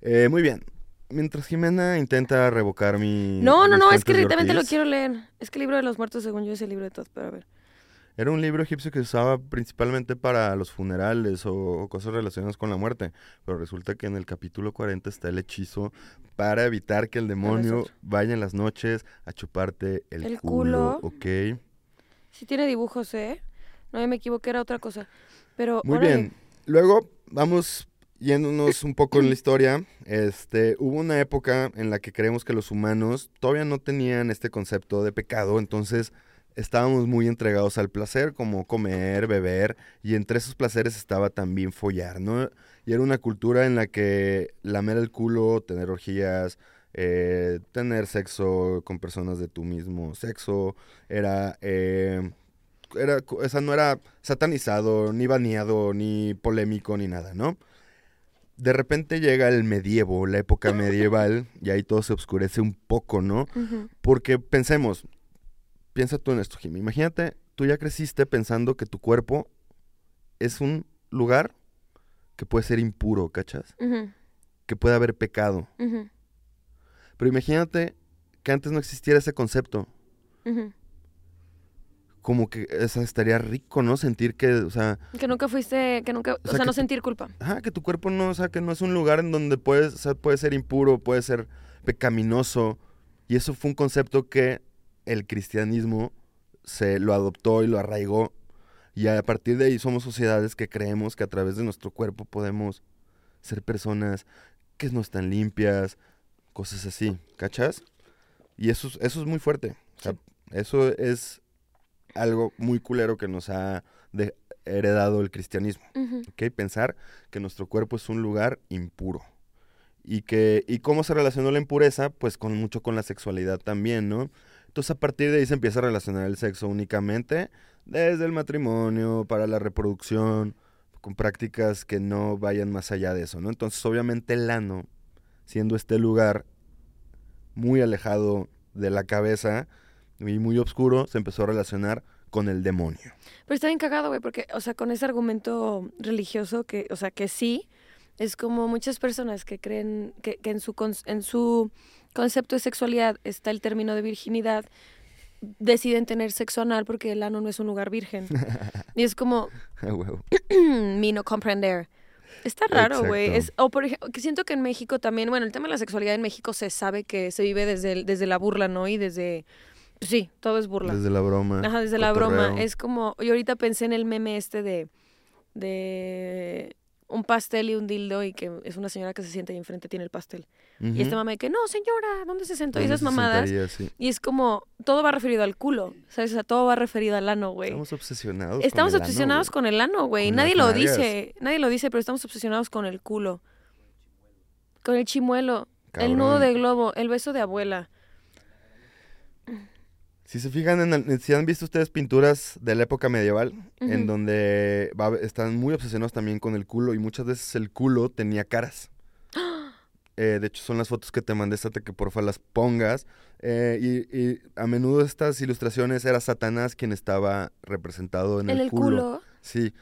Speaker 1: Eh, muy bien. Mientras Jimena intenta revocar mi...
Speaker 2: No, no,
Speaker 1: mis
Speaker 2: no, es
Speaker 1: Mm, fuentes
Speaker 2: que
Speaker 1: de
Speaker 2: directamente lo
Speaker 1: Ortiz.
Speaker 2: quiero leer. Es que el libro de los muertos, según yo, es el libro de Todd, pero a ver.
Speaker 1: Era un libro egipcio que se usaba principalmente para los funerales o, o cosas relacionadas con la muerte, pero resulta que en el capítulo 40 está el hechizo para evitar que el demonio
Speaker 2: otro.
Speaker 1: vaya en las noches a chuparte el,
Speaker 2: El
Speaker 1: culo,
Speaker 2: culo.
Speaker 1: ¿ok?
Speaker 2: Sí tiene dibujos, ¿eh? No, yo me equivoqué, era otra cosa. Pero,
Speaker 1: Muy
Speaker 2: órale.
Speaker 1: bien. Luego vamos yéndonos un poco en la historia. Este, hubo una época en la que creemos que los humanos todavía no tenían este concepto de pecado, entonces estábamos muy entregados al placer, como comer, beber, y entre esos placeres estaba también follar, ¿no? Y era una cultura en la que lamer el culo, tener orgías, eh, tener sexo con personas de tu mismo sexo, era eh, era, cu- o sea, no era satanizado, ni baneado, ni polémico, ni nada, ¿no? De repente llega el medievo, la época medieval, y ahí todo se oscurece un poco, ¿no?
Speaker 2: Ujú.
Speaker 1: Porque pensemos, piensa tú en esto, Jimmy. Imagínate, tú ya creciste pensando que tu cuerpo es un lugar que puede ser impuro, ¿cachas?
Speaker 2: Ujú,
Speaker 1: Que puede haber pecado.
Speaker 2: ujú,
Speaker 1: Pero imagínate que antes no existiera ese concepto.
Speaker 2: ujú.
Speaker 1: Como que o sea, estaría rico, ¿no? Sentir que, o sea,
Speaker 2: Que nunca fuiste, que nunca, o sea,
Speaker 1: sea, que
Speaker 2: no
Speaker 1: tú-
Speaker 2: sentir culpa.
Speaker 1: Ajá, que tu cuerpo no, o sea, que no es un lugar en donde puedes, o sea, puede ser impuro, puede ser pecaminoso. Y eso fue un concepto que el cristianismo se lo adoptó y lo arraigó. Y a partir de ahí somos sociedades que creemos que a través de nuestro cuerpo podemos ser personas que no están limpias, cosas así, ¿cachas? Y eso, es- eso es muy fuerte. O sea, eso es algo muy culero que nos ha de- heredado el cristianismo.
Speaker 2: Ujú.
Speaker 1: ¿ok? Pensar que nuestro cuerpo es un lugar impuro. Y, que, y cómo se relacionó la impureza, pues con mucho con la sexualidad también, ¿no? Entonces a partir de ahí se empieza a relacionar el sexo únicamente desde el matrimonio, para la reproducción, con prácticas que no vayan más allá de eso, ¿no? Entonces obviamente el ano, siendo este lugar muy alejado de la cabeza y muy oscuro, se empezó a relacionar con el demonio.
Speaker 2: Pero está bien cagado, güey, porque, o sea, con ese argumento religioso que, o sea, que sí, es como muchas personas que creen que, que en, su con- en su concepto de sexualidad está el término de virginidad, deciden tener sexo anal porque el ano no es un lugar virgen. y es como,
Speaker 1: Ah, huevo.
Speaker 2: me no comprender. Está raro, güey.
Speaker 1: Exacto.
Speaker 2: Es- O por ejemplo, que siento que en México también, bueno, el tema de la sexualidad en México se sabe que se vive desde, el- desde la burla, ¿no? Y desde, pues sí, todo es burla.
Speaker 1: Desde la broma.
Speaker 2: Ajá, desde la broma.
Speaker 1: cotorreo.
Speaker 2: Es como, yo ahorita pensé en el meme este de, de un pastel y un dildo y que es una señora que se sienta y enfrente tiene el pastel. Y
Speaker 1: Ujú.
Speaker 2: esta mamá de que, no, señora, ¿dónde se sentó? Y
Speaker 1: ¿Dónde
Speaker 2: esas
Speaker 1: se
Speaker 2: mamadas.
Speaker 1: sentaría? Sí.
Speaker 2: Y es como, todo va referido al culo, ¿sabes? O sea, todo va referido al ano, güey.
Speaker 1: Estamos obsesionados. con
Speaker 2: Estamos
Speaker 1: el ano,
Speaker 2: obsesionados
Speaker 1: güey.
Speaker 2: con el ano, güey.
Speaker 1: Con
Speaker 2: Nadie
Speaker 1: las
Speaker 2: lo
Speaker 1: nalgas.
Speaker 2: dice, nadie lo dice, pero estamos obsesionados con el culo. Con el chimuelo, el
Speaker 1: Cabrón.
Speaker 2: nudo de globo, el beso de abuela.
Speaker 1: Si se fijan, en el- eh, si han visto ustedes pinturas de la época medieval,
Speaker 2: Ujú.
Speaker 1: en donde va- están muy obsesionados también con el culo y muchas veces el culo tenía caras. Eh, de hecho, son las fotos que te mandé, Sata, que porfa las pongas. Eh, y, y a menudo estas ilustraciones era Satanás quien estaba representado en,
Speaker 2: En el culo.
Speaker 1: Sí,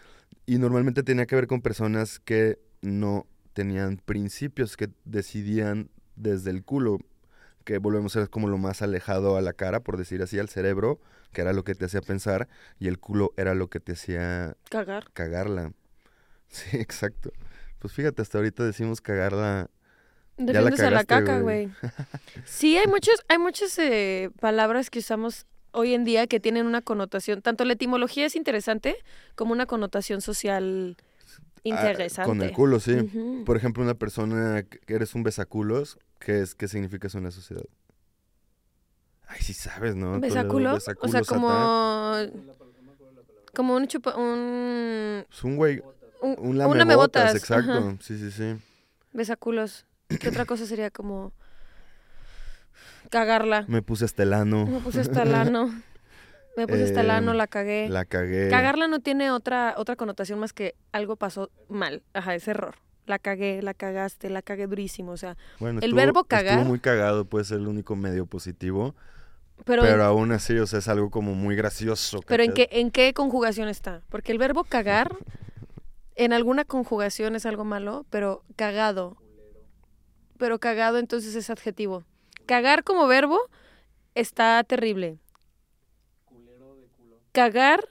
Speaker 1: y normalmente tenía que ver con personas que no tenían principios, que decidían desde el culo, que volvemos a ser como lo más alejado a la cara, por decir así, al cerebro, que era lo que te hacía pensar, y el culo era lo que te hacía
Speaker 2: Cagar.
Speaker 1: cagarla. Sí, exacto. Pues fíjate, hasta ahorita decimos cagarla. la
Speaker 2: Refiriéndose a la
Speaker 1: cagaste,
Speaker 2: caca,
Speaker 1: güey.
Speaker 2: güey. Sí, hay muchas, hay muchas eh, palabras que usamos hoy en día que tienen una connotación. Tanto la etimología es interesante como una connotación social
Speaker 1: ah,
Speaker 2: interesante.
Speaker 1: Con el culo, sí.
Speaker 2: Ujú.
Speaker 1: Por ejemplo, una persona que eres un besaculos, ¿qué, es, qué significa eso en la sociedad? Ay, sí sabes, ¿no? Toledo?
Speaker 2: ¿Besaculo? O sea,
Speaker 1: Besaculosata.
Speaker 2: como. Como un chupa. Un.
Speaker 1: Es Pues un güey,
Speaker 2: un-
Speaker 1: un
Speaker 2: un
Speaker 1: lamebotas,
Speaker 2: lamebotas,
Speaker 1: exacto.
Speaker 2: ajá.
Speaker 1: Sí, sí, sí.
Speaker 2: Besaculos. ¿Qué otra cosa sería como. Cagarla?
Speaker 1: Me puse este hasta el ano,
Speaker 2: Me puse hasta el ano. Me puse hasta el
Speaker 1: Eh,
Speaker 2: ano, la cagué.
Speaker 1: la cagué.
Speaker 2: Cagarla no tiene otra, otra connotación más que algo pasó mal. Ajá, es error. La cagué, la cagaste, la cagué durísimo. O sea,
Speaker 1: Bueno,
Speaker 2: el
Speaker 1: estuvo-
Speaker 2: verbo
Speaker 1: Estuvo
Speaker 2: cagar-
Speaker 1: muy cagado, puede ser el único medio positivo,
Speaker 2: pero,
Speaker 1: pero, aún así, o sea, es algo como muy gracioso.
Speaker 2: pero ¿en,
Speaker 1: ¿cachai?
Speaker 2: qué, ¿en qué conjugación está? Porque el verbo cagar en alguna conjugación es algo malo, pero cagado. Pero cagado entonces es adjetivo. Cagar como verbo está terrible. Cagar,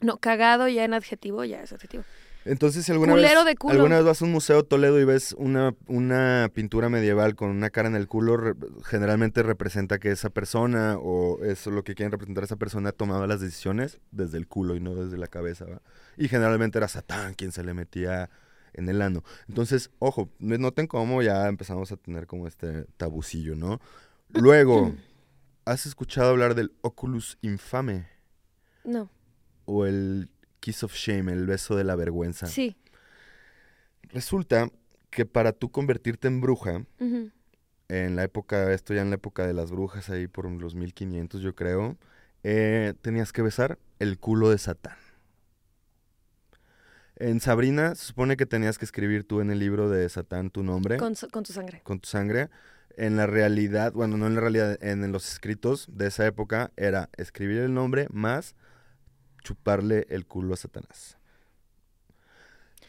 Speaker 2: no, cagado ya en adjetivo ya es adjetivo.
Speaker 1: Entonces, si alguna
Speaker 2: Culero
Speaker 1: vez,
Speaker 2: de culo.
Speaker 1: alguna vez vas a un museo Toledo y ves una, una pintura medieval con una cara en el culo, re- generalmente representa que esa persona o eso lo que quieren representar esa persona ha tomado las decisiones desde el culo y no desde la cabeza. ¿va? Y generalmente era Satán quien se le metía en el ano. Entonces, ojo, n- noten cómo ya empezamos a tener como este tabucillo, ¿no? Luego, ¿has escuchado hablar del Oculus infame
Speaker 2: No,
Speaker 1: o el Kiss of Shame, el beso de la vergüenza?
Speaker 2: sí.
Speaker 1: Resulta que para tú convertirte en bruja,
Speaker 2: ujú.
Speaker 1: en la época, esto ya en la época de las brujas, ahí por los 1500 yo creo, eh, tenías que besar el culo de Satán. En Sabrina se supone que tenías que escribir tú en el libro de Satán tu nombre
Speaker 2: Con, su- con tu sangre.
Speaker 1: con tu sangre. En la realidad, bueno, no en la realidad, en los escritos de esa época era escribir el nombre más chuparle el culo a Satanás.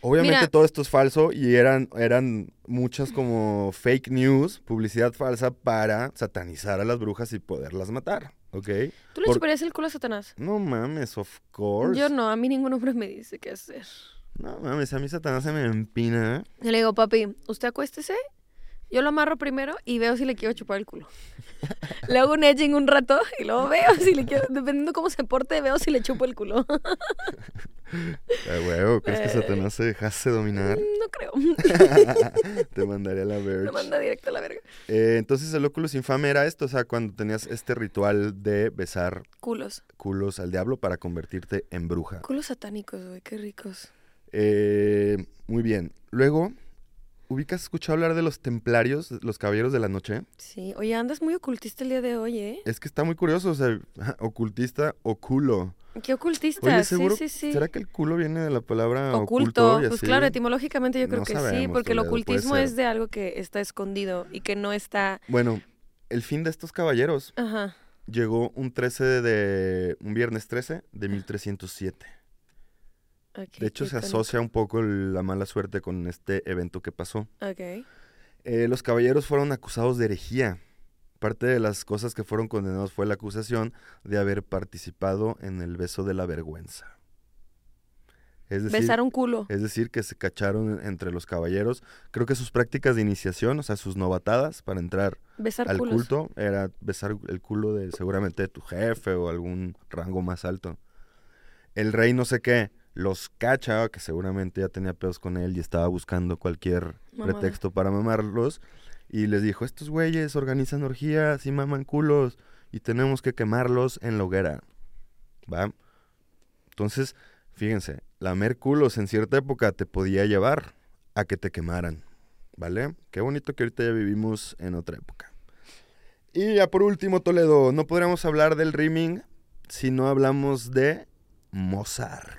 Speaker 1: Obviamente
Speaker 2: Mira.
Speaker 1: todo esto es falso y eran, eran muchas como fake news, publicidad falsa para satanizar a las brujas y poderlas matar, ¿ok?
Speaker 2: ¿Tú le
Speaker 1: Por-
Speaker 2: chuparías el culo a Satanás?
Speaker 1: No mames, of course.
Speaker 2: Yo no, a mí ningún hombre me dice qué hacer.
Speaker 1: No mames, a mí Satanás se me empina.
Speaker 2: Yo le digo, papi, usted acuéstese, yo lo amarro primero y veo si le quiero chupar el culo. le hago un edging un rato y luego veo si le quiero, dependiendo cómo se porte, veo si le chupo el culo.
Speaker 1: Ah, huevo, ¿crees que
Speaker 2: Eh.
Speaker 1: Satanás se dejase dominar?
Speaker 2: no creo,
Speaker 1: Te mandaría a la verga.
Speaker 2: me manda directo a la verga.
Speaker 1: Eh, entonces el Oculus infame era esto, o sea, cuando tenías este ritual de besar
Speaker 2: Culos,
Speaker 1: culos al diablo para convertirte en bruja.
Speaker 2: culos satánicos, güey, qué ricos.
Speaker 1: Eh, muy bien. Luego, ¿ubicas escuchado hablar de los templarios, los caballeros de la noche?
Speaker 2: Sí, oye, andas muy ocultista el día de hoy, ¿eh?
Speaker 1: Es que está muy curioso, o sea, ocultista o culo.
Speaker 2: Qué ocultista,
Speaker 1: Oye, seguro,
Speaker 2: sí, sí, sí.
Speaker 1: ¿será que el culo viene de la palabra
Speaker 2: Oculto,
Speaker 1: oculto? y
Speaker 2: pues
Speaker 1: así?
Speaker 2: claro, etimológicamente yo creo
Speaker 1: No
Speaker 2: que sí,
Speaker 1: sabemos,
Speaker 2: porque el
Speaker 1: Toledo, puede
Speaker 2: ocultismo
Speaker 1: ser.
Speaker 2: es de algo que está escondido y que no está...
Speaker 1: Bueno, el fin de estos caballeros
Speaker 2: Ajá.
Speaker 1: llegó un 13 de... un viernes 13 de 1307.
Speaker 2: ok,
Speaker 1: De hecho, se
Speaker 2: icónico.
Speaker 1: asocia un poco el- la mala suerte con este evento que pasó.
Speaker 2: Ok.
Speaker 1: Eh, los caballeros fueron acusados de herejía. Parte de las cosas que fueron condenados fue la acusación de haber participado en el beso de la vergüenza. Es decir, eh,
Speaker 2: Besar un culo.
Speaker 1: es decir, que se cacharon en- entre los caballeros. Creo que sus prácticas de iniciación, o sea, sus novatadas para entrar
Speaker 2: Besar
Speaker 1: al
Speaker 2: culos.
Speaker 1: culto, era besar el culo de seguramente de tu jefe o algún rango más alto. El rey no sé qué los cacha, que seguramente ya tenía pedos con él y estaba buscando cualquier
Speaker 2: Mamada.
Speaker 1: pretexto para mamarlos. Y les dijo, estos güeyes organizan orgías y maman culos y tenemos que quemarlos en la hoguera. ¿Va? Entonces, fíjense, lamer culos en cierta época te podía llevar a que te quemaran. ¿Vale? Qué bonito que ahorita ya vivimos en otra época. Y ya por último, Toledo, no podríamos hablar del rimming si no hablamos de Mozart.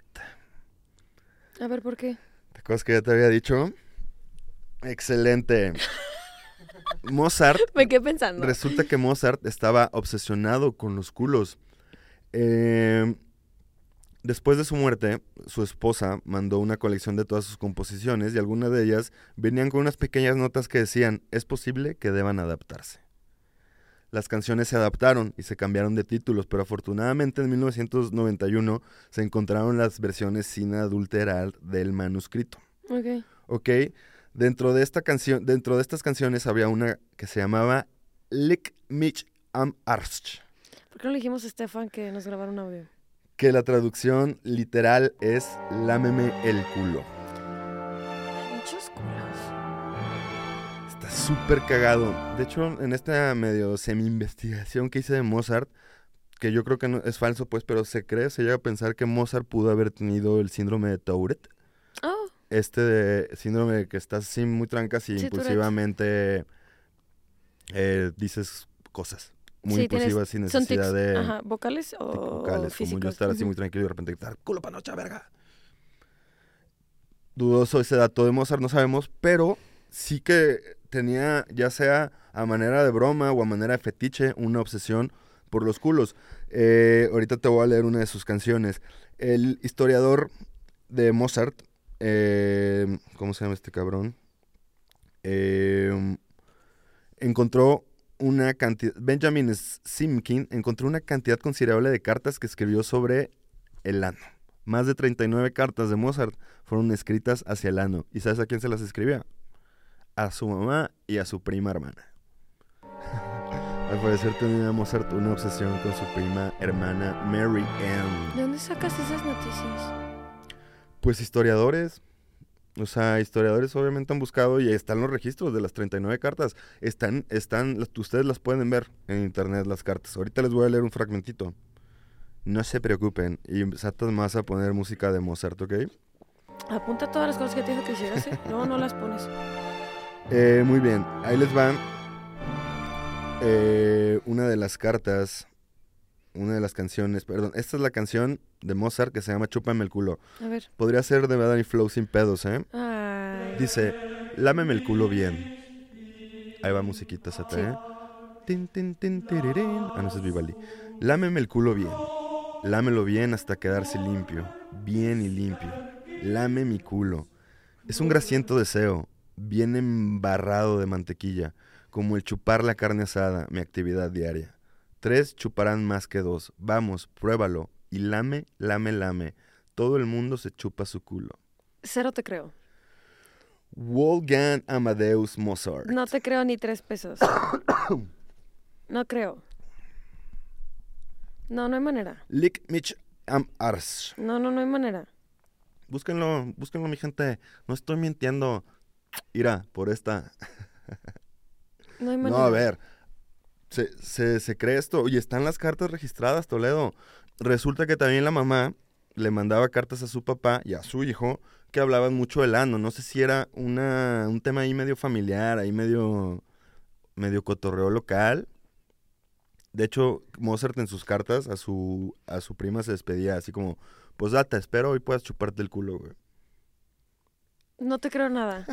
Speaker 2: A ver, ¿por qué?
Speaker 1: ¿Te acuerdas que ya te había dicho? Excelente. Mozart
Speaker 2: Me quedé pensando.
Speaker 1: Resulta que Mozart estaba obsesionado con los culos. Eh, después de su muerte, su esposa mandó una colección de todas sus composiciones y algunas de ellas venían con unas pequeñas notas que decían, es posible que deban adaptarse. las canciones se adaptaron y se cambiaron de títulos, pero afortunadamente en 1991 se encontraron las versiones sin adulterar del manuscrito.
Speaker 2: Ok.
Speaker 1: ¿ok? Dentro de esta canción, dentro de estas canciones había una que se llamaba Lick Mich am Arsch,
Speaker 2: ¿Por qué no le dijimos a Stefan que nos grabara un audio?
Speaker 1: que la traducción literal es Lámeme el culo.
Speaker 2: Muchos culos.
Speaker 1: Está súper cagado. De hecho, en esta medio semi-investigación que hice de Mozart, que yo creo que no- es falso, pues, pero se cree, se llega a pensar que Mozart pudo haber tenido el síndrome de Tourette.
Speaker 2: Oh,
Speaker 1: este de síndrome de que estás así muy trancas y
Speaker 2: Sí, Tourette.
Speaker 1: impulsivamente eh, dices cosas muy
Speaker 2: Sí, tienes-
Speaker 1: impulsivas sin
Speaker 2: son tics
Speaker 1: necesidad de, de
Speaker 2: ajá, vocales o
Speaker 1: vocales, como
Speaker 2: físicos.
Speaker 1: yo estar así
Speaker 2: Ujú.
Speaker 1: muy tranquilo y de repente gritar culo panocha verga dudoso ese dato de Mozart no sabemos pero sí que tenía ya sea a manera de broma o a manera de fetiche una obsesión por los culos Eh, ahorita te voy a leer una de sus canciones el historiador de Mozart eh, ¿Cómo se llama este cabrón? Eh, encontró una cantidad. Benjamin Simkin encontró una cantidad considerable de cartas que escribió sobre el ano. Más de 39 cartas de Mozart fueron escritas hacia el ano. ¿Y sabes a quién se las escribía? A su mamá y a su prima hermana. Al parecer tenía Mozart una obsesión con su prima hermana Mary Ann.
Speaker 2: ¿De dónde sacas esas noticias?
Speaker 1: Pues historiadores. O sea, historiadores obviamente han buscado y están los registros de las 39 cartas. Están, están, las- ustedes las pueden ver en internet las cartas. Ahorita les voy a leer un fragmentito. No se preocupen. Y Satas más a poner música de Mozart, ¿ok?
Speaker 2: Apunta todas las cosas que te dijo que hicieras. ¿eh? No, no las pones.
Speaker 1: Eh, muy bien, ahí les van eh, una de las cartas, una de las canciones, perdón. Esta es la canción de Mozart que se llama Chúpame el culo.
Speaker 2: A ver.
Speaker 1: Podría ser de Bad y Flow sin pedos, ¿eh?
Speaker 2: Ay.
Speaker 1: Dice, lámeme el culo bien. Ahí va musiquita Z,
Speaker 2: Sí.
Speaker 1: ¿eh? Tin, tin, tin, tirirín. Ah, no, ese es Vivaldi. Lámeme el culo bien. Lámelo bien hasta quedarse limpio. Bien y limpio. Lame mi culo. Es un grasiento deseo. Bien embarrado de mantequilla. Como el chupar la carne asada, mi actividad diaria. Tres chuparán más que dos. Vamos, pruébalo. Y lame, lame, lame. Todo el mundo se chupa su culo.
Speaker 2: Cero te creo.
Speaker 1: Wolfgang Amadeus Mozart.
Speaker 2: No te creo ni tres pesos. No creo. No, no hay manera.
Speaker 1: Lick Mich am Ars.
Speaker 2: No, no, no hay manera.
Speaker 1: Búsquenlo, búsquenlo, mi gente. No estoy mintiendo. Ira, por esta.
Speaker 2: No hay
Speaker 1: No,
Speaker 2: manera.
Speaker 1: a ver. Se, se- se cree esto. Oye, están las cartas registradas, Toledo. Resulta que también la mamá le mandaba cartas a su papá y a su hijo que hablaban mucho del ano. No sé si era una, un tema ahí medio familiar, ahí medio, medio cotorreo local. De hecho, Mozart en sus cartas a su, a su prima se despedía así como, pues data, espero hoy puedas chuparte el culo, güey.
Speaker 2: No te creo nada.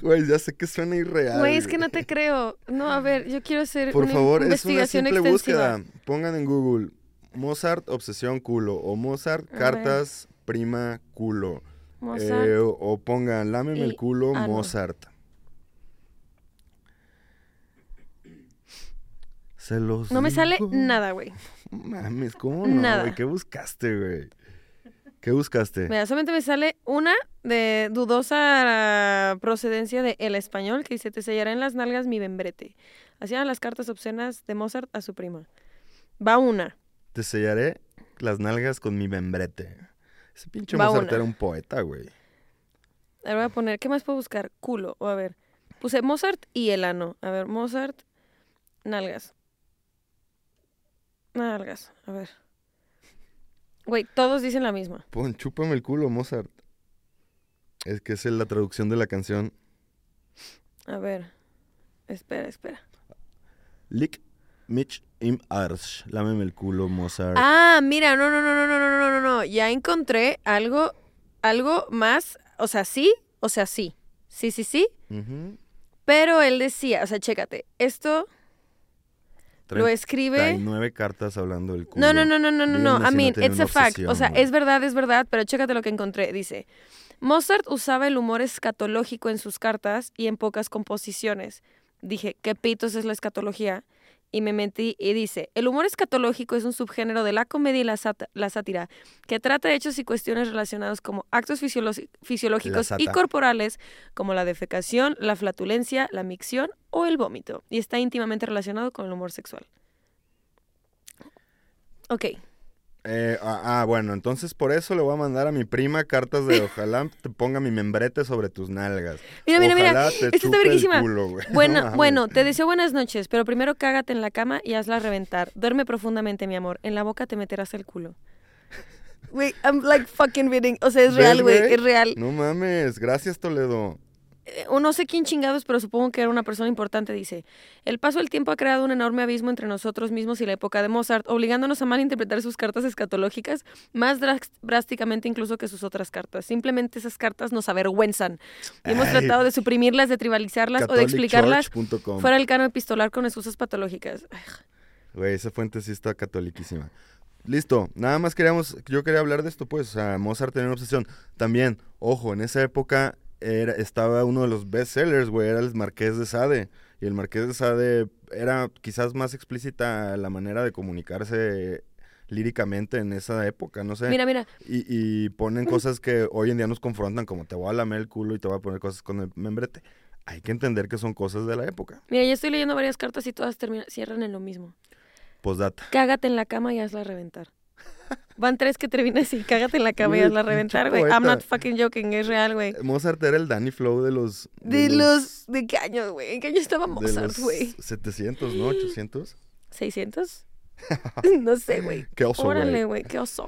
Speaker 1: Güey, ya sé que suena irreal.
Speaker 2: Güey, es que no te creo. No, a ver, yo quiero hacer
Speaker 1: Por
Speaker 2: Eh, una
Speaker 1: favor, es una
Speaker 2: investigación
Speaker 1: simple
Speaker 2: extensiva.
Speaker 1: búsqueda. Pongan en Google Mozart obsesión culo o Mozart
Speaker 2: A ver.
Speaker 1: cartas prima culo.
Speaker 2: Mozart.
Speaker 1: Eh, o, o pongan lámeme
Speaker 2: y Ah,
Speaker 1: el culo
Speaker 2: ano.
Speaker 1: Mozart. Se los
Speaker 2: no me sale
Speaker 1: digo.
Speaker 2: nada, güey.
Speaker 1: Mames, ¿cómo no?
Speaker 2: Nada.
Speaker 1: güey? ¿Qué buscaste, güey? ¿Qué buscaste?
Speaker 2: Mira, solamente me sale una de dudosa procedencia de el español que dice: Te sellará en las nalgas mi membrete. Hacían las cartas obscenas de Mozart a su prima. Va una.
Speaker 1: Te sellaré las nalgas con mi membrete. Ese pinche
Speaker 2: Va
Speaker 1: Mozart
Speaker 2: una.
Speaker 1: era un poeta, güey.
Speaker 2: Ahora voy a poner, ¿qué más puedo buscar? Culo. O a ver, puse Mozart y el ano. A ver, Mozart, nalgas. Nalgas, a ver. Güey, todos dicen la misma.
Speaker 1: Pon, chúpame el culo, Mozart. Es que esa es la traducción de la canción.
Speaker 2: A ver. Espera, espera.
Speaker 1: Lick, Mitch, im Arsch. Lámeme el culo, Mozart.
Speaker 2: Ah, mira, no, no, no, no, no, no, no, no, no. Ya encontré algo, algo más. O sea, sí, o sea, sí. Sí, sí, sí.
Speaker 1: Ujú.
Speaker 2: Pero él decía, o sea, chécate, esto lo
Speaker 1: Tre-
Speaker 2: escribe.
Speaker 1: 39 cartas hablando del culo.
Speaker 2: No, no, no, no, no, no, no.
Speaker 1: Díganme
Speaker 2: I
Speaker 1: si
Speaker 2: mean,
Speaker 1: tienen
Speaker 2: it's
Speaker 1: una
Speaker 2: a fact.
Speaker 1: obsesión,
Speaker 2: O sea,
Speaker 1: güey.
Speaker 2: es verdad, es verdad, pero chécate lo que encontré. Dice, Mozart usaba el humor escatológico en sus cartas y en pocas composiciones. Dije, ¿qué pitos es la escatología? y me metí y dice, el humor escatológico es un subgénero de la comedia y la, sat- la sátira que trata hechos y cuestiones relacionados como actos fisiolo- fisiológicos
Speaker 1: La
Speaker 2: y
Speaker 1: sata.
Speaker 2: corporales como la defecación, la flatulencia, la micción o el vómito y está íntimamente relacionado con el humor sexual. Ok,
Speaker 1: Eh, ah, ah, bueno, entonces por eso le voy a mandar a mi prima cartas de ojalá te ponga mi membrete sobre tus nalgas.
Speaker 2: mira, mira, mira.
Speaker 1: Ojalá
Speaker 2: Esta
Speaker 1: Te
Speaker 2: está
Speaker 1: chupe el
Speaker 2: verguísima.
Speaker 1: culo, güey. No
Speaker 2: Bueno,
Speaker 1: mames.
Speaker 2: bueno, te deseo buenas noches, pero primero cágate en la cama y hazla reventar. Duerme profundamente, mi amor. En la boca te meterás el culo. Güey, I'm like fucking reading. O sea, es
Speaker 1: ¿Ves,
Speaker 2: real, güey,
Speaker 1: güey?
Speaker 2: es real.
Speaker 1: No mames, gracias Toledo.
Speaker 2: Eh, O no sé quién chingados, pero supongo que era una persona importante, dice. El paso del tiempo ha creado un enorme abismo entre nosotros mismos y la época de Mozart, obligándonos a malinterpretar sus cartas escatológicas más dras- drásticamente incluso que sus otras cartas. Simplemente esas cartas nos avergüenzan. Y hemos
Speaker 1: Ay.
Speaker 2: tratado de suprimirlas, de tribalizarlas o de explicarlas
Speaker 1: catholicchurch.com.
Speaker 2: Fuera el cano epistolar con excusas patológicas. Ay,
Speaker 1: Güey, esa fuente sí está catoliquísima. Listo, nada más queríamos, yo quería hablar de esto, pues, o sea, Mozart tenía una obsesión. También, ojo, en esa época era, estaba uno de los bestsellers, güey, era el Marqués de Sade. Y el Marqués de Sade era quizás más explícita la manera de comunicarse líricamente en esa época, no sé.
Speaker 2: Mira, mira,
Speaker 1: Y, y ponen cosas que hoy en día nos confrontan, como te voy a lamer el culo y te voy a poner cosas con el membrete. Hay que entender que son cosas de la época.
Speaker 2: mira, ya estoy leyendo varias cartas y todas terminan, cierran en lo mismo.
Speaker 1: Postdata.
Speaker 2: Cágate en la cama y hazla reventar. Van tres que terminan así, cágate en la cama y
Speaker 1: Güey,
Speaker 2: hazla
Speaker 1: pinche
Speaker 2: reventar, güey. I'm
Speaker 1: poeta.
Speaker 2: not fucking joking, es real, güey.
Speaker 1: Mozart era el Danny Flow de los...
Speaker 2: De los, ¿de qué año, güey? ¿En qué año estaba Mozart, güey?
Speaker 1: 700, ¿no? 800.
Speaker 2: ¿600? No sé, güey.
Speaker 1: Qué oso, güey.
Speaker 2: Órale, güey, qué oso.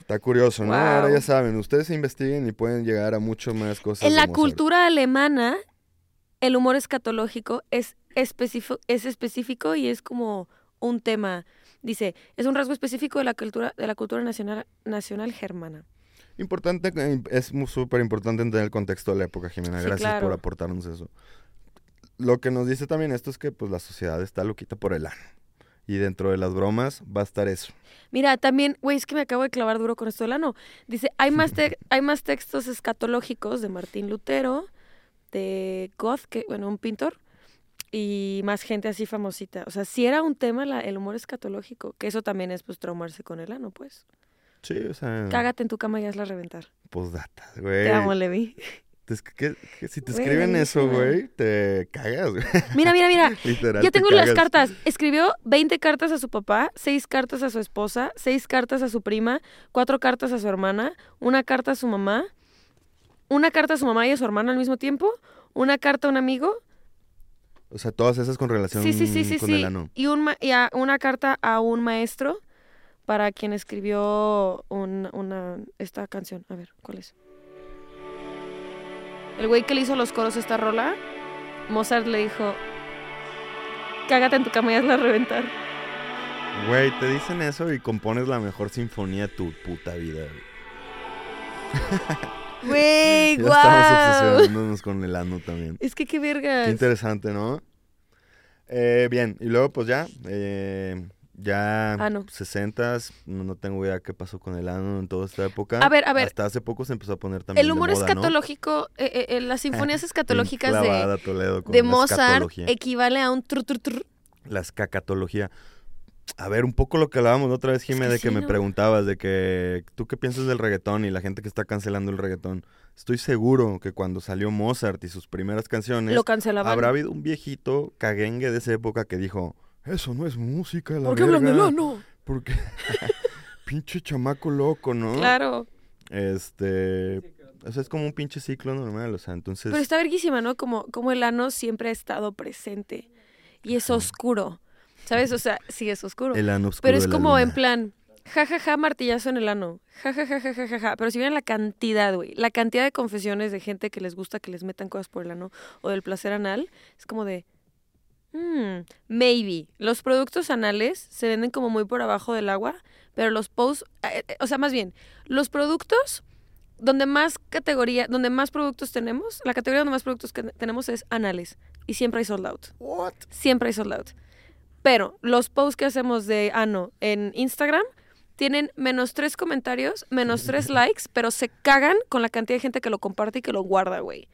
Speaker 1: Está curioso, ¿no? Ahora
Speaker 2: Wow.
Speaker 1: ya saben, ustedes se investiguen y pueden llegar a muchas más cosas.
Speaker 2: En
Speaker 1: de
Speaker 2: la
Speaker 1: Mozart.
Speaker 2: cultura alemana, el humor escatológico es específico, es específico y es como un tema. Dice, es un rasgo específico de la cultura, de la cultura nacional, nacional germana.
Speaker 1: Importante, eh, es mu- súper importante entender el contexto de la época, Jimena.
Speaker 2: Sí,
Speaker 1: Gracias
Speaker 2: claro.
Speaker 1: por aportarnos eso. Lo que nos dice también esto es que pues la sociedad está loquita por el ano. Y dentro de las bromas va a estar eso.
Speaker 2: Mira, también, güey, es que me acabo de clavar duro con esto del ano. Dice, hay más, te- hay más textos escatológicos de Martín Lutero, de Goth, que, bueno, un pintor, y más gente así famosita. O sea, sí era un tema la- el humor escatológico, que eso también es, pues, traumarse con el ano, pues.
Speaker 1: Sí, o sea,
Speaker 2: Cágate en tu cama y hazla reventar.
Speaker 1: postdata, güey.
Speaker 2: Te amo, Levi.
Speaker 1: Te es- que- que si te
Speaker 2: Güey,
Speaker 1: escriben eso,
Speaker 2: buenísima.
Speaker 1: güey, te cagas, güey.
Speaker 2: Mira, mira, mira.
Speaker 1: Literal.
Speaker 2: Ya
Speaker 1: te
Speaker 2: tengo las
Speaker 1: cagas.
Speaker 2: cartas. Escribió 20 cartas a su papá, 6 cartas a su esposa, 6 cartas a su prima, 4 cartas a su hermana, una carta a su mamá, una carta a su mamá y a su hermano al mismo tiempo, una carta a un amigo.
Speaker 1: O sea, todas esas con relación
Speaker 2: Sí, sí, sí, sí,
Speaker 1: Pues con
Speaker 2: sí.
Speaker 1: el ano.
Speaker 2: Y, un ma- y a- una carta a un maestro para quien escribió un- una, esta canción. A ver, ¿cuál es? El güey que le hizo los coros a esta rola, Mozart le dijo, cágate en tu cama y hazla reventar.
Speaker 1: Güey, te dicen eso y compones la mejor sinfonía de tu puta vida. güey.
Speaker 2: Güey,
Speaker 1: Ya estamos
Speaker 2: guau.
Speaker 1: obsesionándonos con el ano también.
Speaker 2: Es que qué
Speaker 1: Qué
Speaker 2: vergas.
Speaker 1: interesante, ¿no? Eh, bien, y luego pues ya, eh, ya
Speaker 2: Ah, no.
Speaker 1: 60s, no, no tengo idea qué pasó con el ano en toda esta época.
Speaker 2: A ver, a ver.
Speaker 1: Hasta hace poco se empezó a poner también
Speaker 2: El humor
Speaker 1: de moda, ¿no?
Speaker 2: escatológico, eh, eh, eh, las sinfonías
Speaker 1: Bien
Speaker 2: escatológicas de,
Speaker 1: clavada, Toledo, con
Speaker 2: de
Speaker 1: la
Speaker 2: Mozart
Speaker 1: escatología.
Speaker 2: equivale a un tru, tru, tru.
Speaker 1: la escacatología. A ver, un poco lo que hablábamos la otra vez, Jimé,
Speaker 2: que
Speaker 1: de que
Speaker 2: sí,
Speaker 1: me
Speaker 2: ¿no?
Speaker 1: preguntabas, de que tú qué piensas del reggaetón y la gente que está cancelando el reggaetón. Estoy seguro que cuando salió Mozart y sus primeras canciones,
Speaker 2: Lo cancelaban.
Speaker 1: habrá habido un viejito caguengue de esa época que dijo, eso no es música, la
Speaker 2: ¿Por qué hablan de
Speaker 1: verga,
Speaker 2: no?
Speaker 1: ¿Por qué? pinche chamaco loco, ¿no? Pues
Speaker 2: Claro.
Speaker 1: Este, o sea, es como un pinche ciclo normal, o sea, entonces...
Speaker 2: Pero está verguísima, ¿no? Como, como el ano siempre ha estado presente. Y es oscuro. ¿Sabes? O sea, sí es oscuro.
Speaker 1: El ano oscuro
Speaker 2: Pero es
Speaker 1: de la
Speaker 2: como en
Speaker 1: luna.
Speaker 2: plan, ja, ja, ja, martillazo en el ano. Ja, ja, ja, ja, ja, ja, ja. Pero si vieran la cantidad, güey, la cantidad de confesiones de gente que les gusta que les metan cosas por el ano o del placer anal, es como de, "Mm, maybe. Los productos anales se venden como muy por abajo del agua, pero los posts, eh, eh, o sea, más bien, los productos donde más categoría, donde más productos tenemos, la categoría donde más productos que tenemos es anales. Y siempre hay sold out.
Speaker 1: What?
Speaker 2: Siempre hay sold out. Pero los posts que hacemos de Ano en Instagram tienen menos tres comentarios, menos tres likes, pero se cagan con la cantidad de gente que lo comparte y que lo guarda, güey.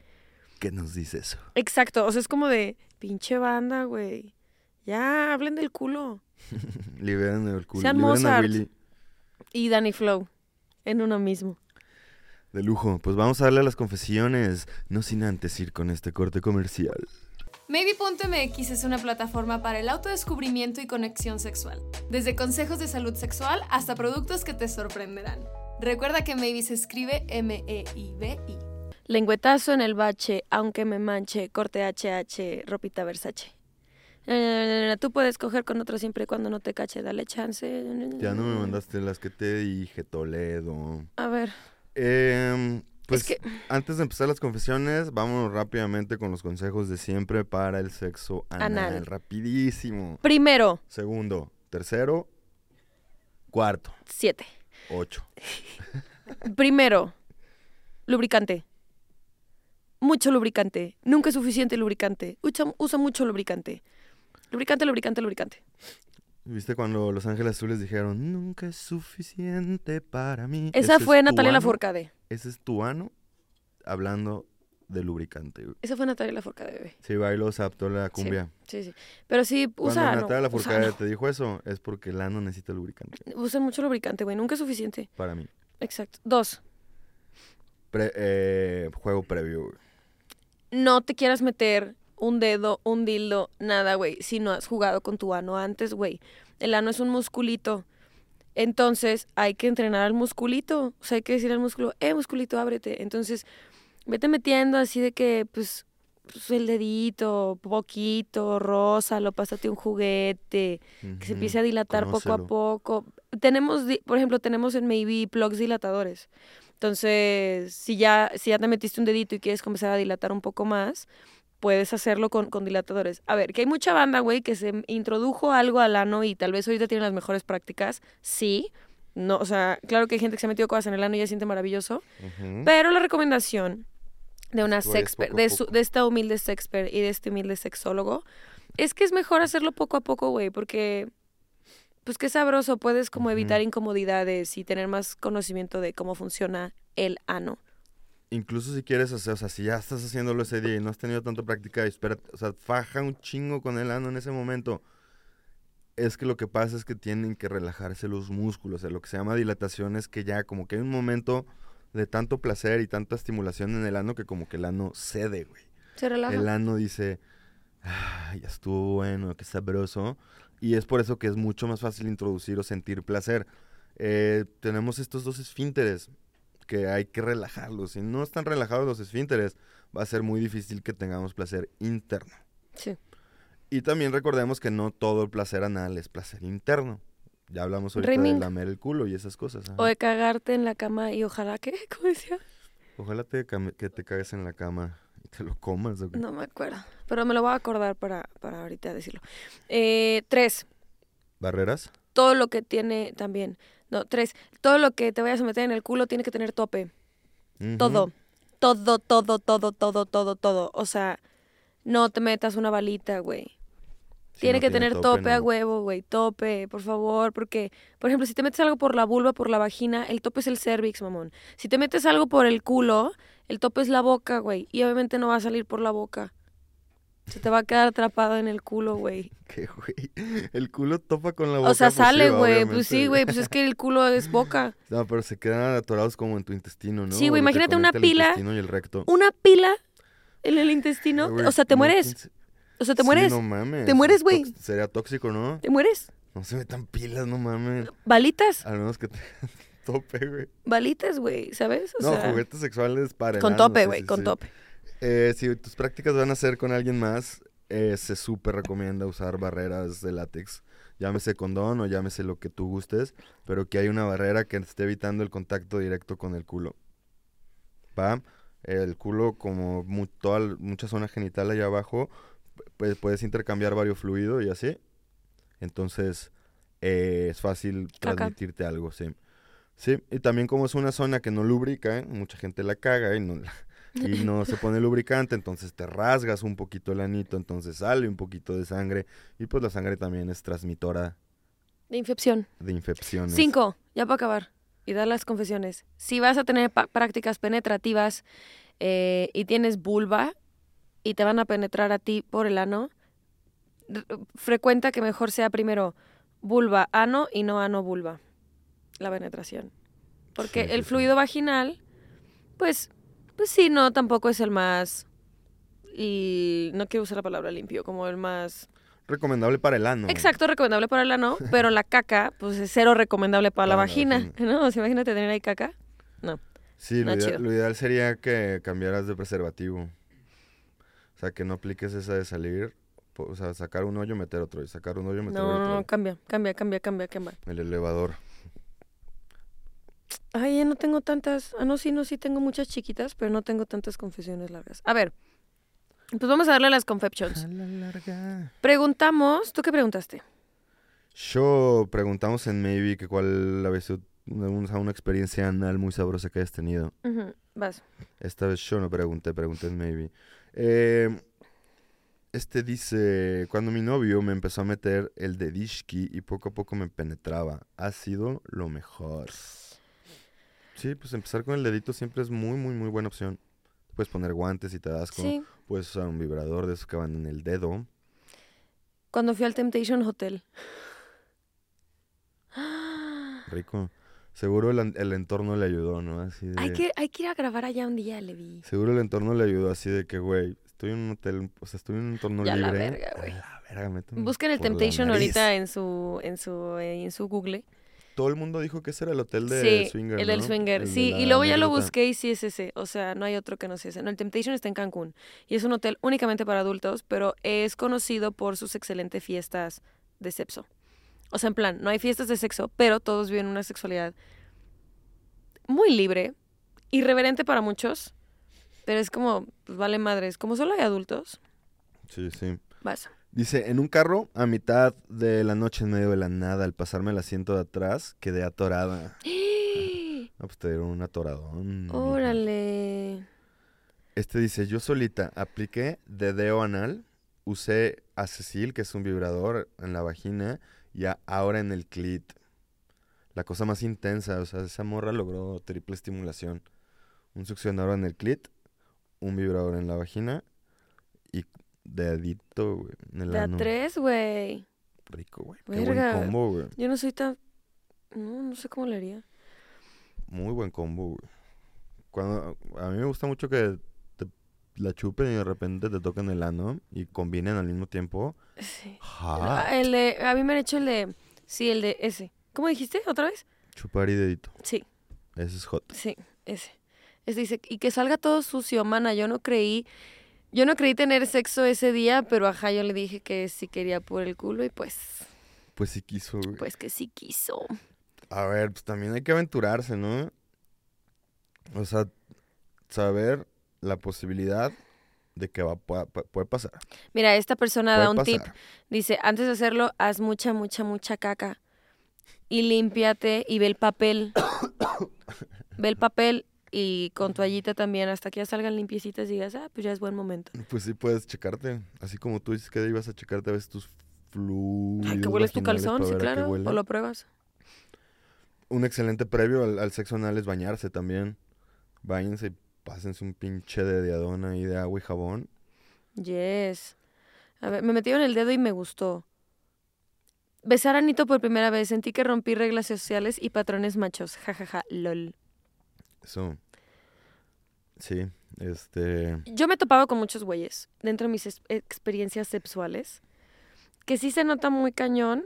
Speaker 1: ¿Qué nos dice eso?
Speaker 2: Exacto, o sea, es como de pinche banda, güey. Ya, hablen del culo.
Speaker 1: Liberen el culo.
Speaker 2: Sean
Speaker 1: liberen a
Speaker 2: Mozart.
Speaker 1: Willy.
Speaker 2: Y Danny Flow, en uno mismo.
Speaker 1: De lujo. Pues vamos a darle a las confesiones. No sin antes ir con este corte comercial.
Speaker 3: Maybe.mx es una plataforma para el autodescubrimiento y conexión sexual, desde consejos de salud sexual hasta productos que te sorprenderán. Recuerda que Maybe se escribe E M-E-I-B-I.
Speaker 2: Lengüetazo en el bache, aunque me manche, corte HH, ropita Versace. Eh, tú puedes coger con otro siempre y cuando no te cache, dale chance.
Speaker 1: Ya no me mandaste las que te dije, Toledo.
Speaker 2: A ver,
Speaker 1: Em, pues
Speaker 2: que-
Speaker 1: antes de empezar las confesiones, vámonos rápidamente con los consejos de siempre para el sexo anal.
Speaker 2: Anal.
Speaker 1: Rapidísimo.
Speaker 2: primero,
Speaker 1: Segundo, tercero, cuarto,
Speaker 2: siete.
Speaker 1: ocho.
Speaker 2: Primero, lubricante. Mucho lubricante. Nunca es suficiente lubricante. Usa, usa mucho lubricante. Lubricante, lubricante, lubricante.
Speaker 1: ¿Viste cuando Los Ángeles Azules dijeron, nunca es suficiente para mí?
Speaker 2: Esa
Speaker 1: Ese
Speaker 2: fue
Speaker 1: es tu
Speaker 2: Natalia
Speaker 1: ano,
Speaker 2: Lafourcade.
Speaker 1: Ese es tu ano hablando de lubricante. güey.
Speaker 2: Esa fue Natalia Lafourcade, bebé.
Speaker 1: Sí, bailó, se adaptó la
Speaker 2: Sí,
Speaker 1: cumbia.
Speaker 2: Sí, sí. Pero sí,
Speaker 1: Cuando
Speaker 2: usa. ano,
Speaker 1: Natalia
Speaker 2: usa
Speaker 1: Lafourcade te dijo eso, es porque el ano necesita lubricante
Speaker 2: ano. Usa mucho lubricante, güey. Nunca es suficiente.
Speaker 1: para mí.
Speaker 2: Exacto. Dos,
Speaker 1: Pre- eh, juego previo, güey.
Speaker 2: no te quieras meter un dedo, un dildo, nada, güey, si no has jugado con tu ano antes, güey. El ano es un musculito. Entonces, hay que entrenar al musculito. O sea, hay que decir al músculo, eh, musculito, ábrete. Entonces, vete metiendo así de que, pues, pues, el dedito, poquito, rosa, lo pásate un juguete, que se
Speaker 1: Ujú.
Speaker 2: empiece a dilatar
Speaker 1: conócelo.
Speaker 2: poco a poco. Tenemos, di- por ejemplo, tenemos en Maybe plugs dilatadores. Entonces, si ya, si ya te metiste un dedito y quieres comenzar a dilatar un poco más, puedes hacerlo con, con dilatadores. A ver, que hay mucha banda, güey, que se introdujo algo al ano y tal vez ahorita tienen las mejores prácticas. Sí. No, o sea, claro que hay gente que se ha metido cosas en el ano y ya siente maravilloso.
Speaker 1: Ujú.
Speaker 2: Pero la recomendación de una
Speaker 1: Tú eres
Speaker 2: sexper,
Speaker 1: poco a
Speaker 2: de, su-
Speaker 1: poco.
Speaker 2: de esta humilde sexper y de este humilde sexólogo, es que es mejor hacerlo poco a poco, güey, porque pues qué sabroso, puedes como
Speaker 1: Ujú.
Speaker 2: evitar incomodidades y tener más conocimiento de cómo funciona el ano.
Speaker 1: Incluso si quieres, hacer, o sea, si ya estás haciéndolo ese día y no has tenido tanta práctica, espérate, o sea, faja un chingo con el ano en ese momento. Es que lo que pasa es que tienen que relajarse los músculos, o sea, lo que se llama dilatación es que ya como que hay un momento de tanto placer y tanta estimulación en el ano que como que el ano cede, güey.
Speaker 2: Se relaja.
Speaker 1: El ano dice, "Ah, ya estuvo bueno, qué sabroso. Y es por eso que es mucho más fácil introducir o sentir placer. Eh, tenemos estos dos esfínteres que hay que relajarlos. Si no están relajados los esfínteres, va a ser muy difícil que tengamos placer interno.
Speaker 2: Sí.
Speaker 1: Y también recordemos que no todo el placer anal es placer interno. Ya hablamos ahorita
Speaker 2: Rimming.
Speaker 1: de lamer el culo y esas cosas. ¿ah? ajá.
Speaker 2: O e- de cagarte en la cama y ojalá que, ¿cómo decía?
Speaker 1: Ojalá te came- que te cagues en la cama y te lo comas. ¿o qué?
Speaker 2: No me acuerdo, pero me lo voy a acordar para, para ahorita decirlo. Eh, tres,
Speaker 1: ¿Barreras?
Speaker 2: todo lo que tiene también, no, tres, todo lo que te vayas a meter en el culo tiene que tener tope.
Speaker 1: Ujú.
Speaker 2: Todo, todo, todo, todo, todo, todo, todo. O sea, no te metas una balita, güey.
Speaker 1: Si
Speaker 2: tiene
Speaker 1: no
Speaker 2: que tener tope, a
Speaker 1: no.
Speaker 2: huevo, güey, tope, por favor, porque, por ejemplo, si te metes algo por la vulva, por la vagina, el tope es el cervix, mamón. Si te metes algo por el culo, el tope es la boca, güey, y obviamente no va a salir por la boca. Se te va a quedar atrapado en el culo, güey.
Speaker 1: ¿Qué, güey? El culo topa con la boca.
Speaker 2: O sea,
Speaker 1: pues sí,
Speaker 2: sale,
Speaker 1: va,
Speaker 2: güey.
Speaker 1: obviamente,
Speaker 2: Pues sí, güey. Pues es que el culo es boca.
Speaker 1: No, pero se quedan atorados como en tu intestino, ¿no?
Speaker 2: Sí, güey,
Speaker 1: Lo que
Speaker 2: imagínate una
Speaker 1: conecta el
Speaker 2: pila,
Speaker 1: intestino y el recto.
Speaker 2: Una pila en el intestino.
Speaker 1: Güey,
Speaker 2: O sea, te
Speaker 1: no,
Speaker 2: mueres.
Speaker 1: quince-
Speaker 2: O sea, te
Speaker 1: Sí,
Speaker 2: mueres.
Speaker 1: no mames.
Speaker 2: Te mueres, güey.
Speaker 1: Tox- Sería tóxico, ¿no?
Speaker 2: Te mueres.
Speaker 1: No se metan pilas, no mames.
Speaker 2: Balitas.
Speaker 1: Al menos que te tope, güey.
Speaker 2: Balitas, güey. ¿Sabes? O
Speaker 1: No,
Speaker 2: sea,
Speaker 1: juguetes sexuales para.
Speaker 2: con
Speaker 1: enanos,
Speaker 2: tope,
Speaker 1: sí,
Speaker 2: güey.
Speaker 1: sí,
Speaker 2: Con
Speaker 1: sí.
Speaker 2: tope.
Speaker 1: Eh, si tus prácticas van a ser con alguien más, eh, se súper recomienda usar barreras de látex. Llámese condón o llámese lo que tú gustes, pero que hay una barrera que esté evitando el contacto directo con el culo. ¿Va? El culo, como mu- toda l- mucha zona genital allá abajo, pues puedes intercambiar varios fluidos y así. Entonces, eh, es fácil
Speaker 2: Caca.
Speaker 1: transmitirte algo, sí. Sí, y también como es una zona que no lubrica, ¿eh? mucha gente la caga y no, la- y no se pone lubricante, entonces te rasgas un poquito el anito, entonces sale un poquito de sangre y pues la sangre también es transmitora
Speaker 2: De infección.
Speaker 1: de infecciones.
Speaker 2: Cinco, ya para acabar y dar las confesiones. Si vas a tener pa- prácticas penetrativas eh, y tienes vulva y te van a penetrar a ti por el ano, r- frecuenta que mejor sea primero vulva, ano y no ano, vulva. La penetración. Porque
Speaker 1: Sí, sí,
Speaker 2: el
Speaker 1: sí.
Speaker 2: fluido vaginal, pues, pues sí, no, tampoco es el más. Y no quiero usar la palabra limpio, como el más.
Speaker 1: Recomendable para el ano.
Speaker 2: Exacto, recomendable para el ano, pero la caca, pues es cero recomendable para, la,
Speaker 1: Para la
Speaker 2: vagina.
Speaker 1: vagina.
Speaker 2: No, O sea, imagínate tener ahí caca.
Speaker 1: Sí,
Speaker 2: No,
Speaker 1: lo, idea-
Speaker 2: Ah, chido.
Speaker 1: lo ideal sería que cambiaras de preservativo. O sea, que no apliques esa de salir, po- o sea, sacar un hoyo, meter otro, y sacar un hoyo, meter
Speaker 2: No,
Speaker 1: otro.
Speaker 2: no, no, cambia, cambia, cambia, cambia, cambia.
Speaker 1: El elevador.
Speaker 2: Ay, ya no tengo tantas. Ah, no, sí, no, sí, tengo muchas chiquitas, pero no tengo tantas confesiones largas. A ver, pues vamos a darle a las confections. Preguntamos, ¿tú qué preguntaste?
Speaker 1: Yo preguntamos en Maybe que cuál había sido un- una experiencia anal muy sabrosa que hayas tenido.
Speaker 2: Ujú, Vas.
Speaker 1: Esta vez yo no pregunté, pregunté en Maybe. Eh, este dice, cuando mi novio me empezó a meter el dedishki y poco a poco me penetraba, ha sido lo mejor. Sí, pues empezar con el dedito siempre es muy, muy, muy buena opción. Puedes poner guantes y te das con...
Speaker 2: Sí,
Speaker 1: Puedes usar un vibrador de esos que van en el dedo.
Speaker 2: cuando fui al Temptation Hotel.
Speaker 1: Rico. Seguro el, an- el entorno le ayudó, ¿no? Así de...
Speaker 2: Hay que, hay que ir a grabar allá un día, Levi.
Speaker 1: Seguro el entorno le ayudó así de que, güey, estoy en un hotel, o sea, estoy en un entorno
Speaker 2: Ya la
Speaker 1: libre.
Speaker 2: verga, güey.
Speaker 1: A la verga, méteme
Speaker 2: Busquen el
Speaker 1: por la
Speaker 2: Temptation
Speaker 1: nariz.
Speaker 2: ahorita en su, en su, eh, en su Google.
Speaker 1: Todo el mundo dijo que ese era el hotel de
Speaker 2: sí,
Speaker 1: Swinger,
Speaker 2: el del
Speaker 1: ¿no?
Speaker 2: swinger.
Speaker 1: El de
Speaker 2: sí,
Speaker 1: la
Speaker 2: y luego ya lo
Speaker 1: anécdota.
Speaker 2: busqué y sí es ese. O sea, no hay otro que no sea ese. No, el Temptation está en Cancún y es un hotel únicamente para adultos, pero es conocido por sus excelentes fiestas de sexo. O sea, en plan, no hay fiestas de sexo, pero todos viven una sexualidad muy libre, irreverente para muchos, pero es como, pues, vale madres, como solo hay adultos,
Speaker 1: Sí, sí.
Speaker 2: vas.
Speaker 1: Dice, en un carro, a mitad de la noche, en medio de la nada, al pasarme el asiento de atrás, quedé atorada. Ah, pues te dieron un atoradón. mija.
Speaker 2: Órale.
Speaker 1: Este dice, yo solita apliqué dedeo anal, usé acecil, que es un vibrador en la vagina, y a- ahora en el clit. La cosa más intensa, o sea, esa morra logró triple estimulación. Un succionador en el clit, un vibrador en la vagina y dedito, güey, en el
Speaker 2: De a
Speaker 1: ano.
Speaker 2: tres, güey.
Speaker 1: Rico, güey. Qué buen
Speaker 2: Verga.
Speaker 1: combo, güey.
Speaker 2: Yo no soy tan... No, no sé cómo le haría.
Speaker 1: Muy buen combo, güey. Cuando, a mí me gusta mucho que te la chupen y de repente te toquen el ano y combinen al mismo tiempo.
Speaker 2: Sí. Ah,
Speaker 1: Ajá.
Speaker 2: El de- a mí me han hecho el de... Sí, el de ese. ¿Cómo dijiste otra vez?
Speaker 1: Chupar y dedito.
Speaker 2: Sí,
Speaker 1: Ese es hot.
Speaker 2: sí, ese. Ese dice, y que salga todo sucio, mana. Yo no creí... Yo no creí tener sexo ese día, pero ajá, yo le dije que sí quería por el culo y pues...
Speaker 1: Pues sí quiso, güey.
Speaker 2: Pues que sí quiso.
Speaker 1: A ver, pues también hay que aventurarse, ¿no? O sea, saber la posibilidad de que va, pueda- pu- puede pasar.
Speaker 2: Mira, esta persona da
Speaker 1: Puede
Speaker 2: un tip.
Speaker 1: pasar.
Speaker 2: Dice, antes de hacerlo, haz mucha, mucha, mucha caca. Y límpiate y ve el papel. ve el papel y con toallita también, hasta que ya salgan limpiecitas y digas, ah, pues ya es buen momento.
Speaker 1: Pues sí puedes checarte. Así como tú dices que ibas a checarte a veces tus fluidos
Speaker 2: Ay, que hueles tu
Speaker 1: vaginales
Speaker 2: calzón,
Speaker 1: para
Speaker 2: sí,
Speaker 1: ver a qué
Speaker 2: claro.
Speaker 1: huele.
Speaker 2: O lo pruebas.
Speaker 1: un excelente previo al, al sexo anal es bañarse también. Báñense y pásense un pinche de diadona ahí de agua y jabón.
Speaker 2: Yes. A ver, me metieron el dedo y me gustó. Besar a Nito por primera vez. Sentí que rompí reglas sociales y patrones machos. Ja, ja, ja, lol.
Speaker 1: Eso. Sí, este.
Speaker 2: Yo me he topado con muchos güeyes dentro de mis ex- experiencias sexuales que sí se nota muy cañón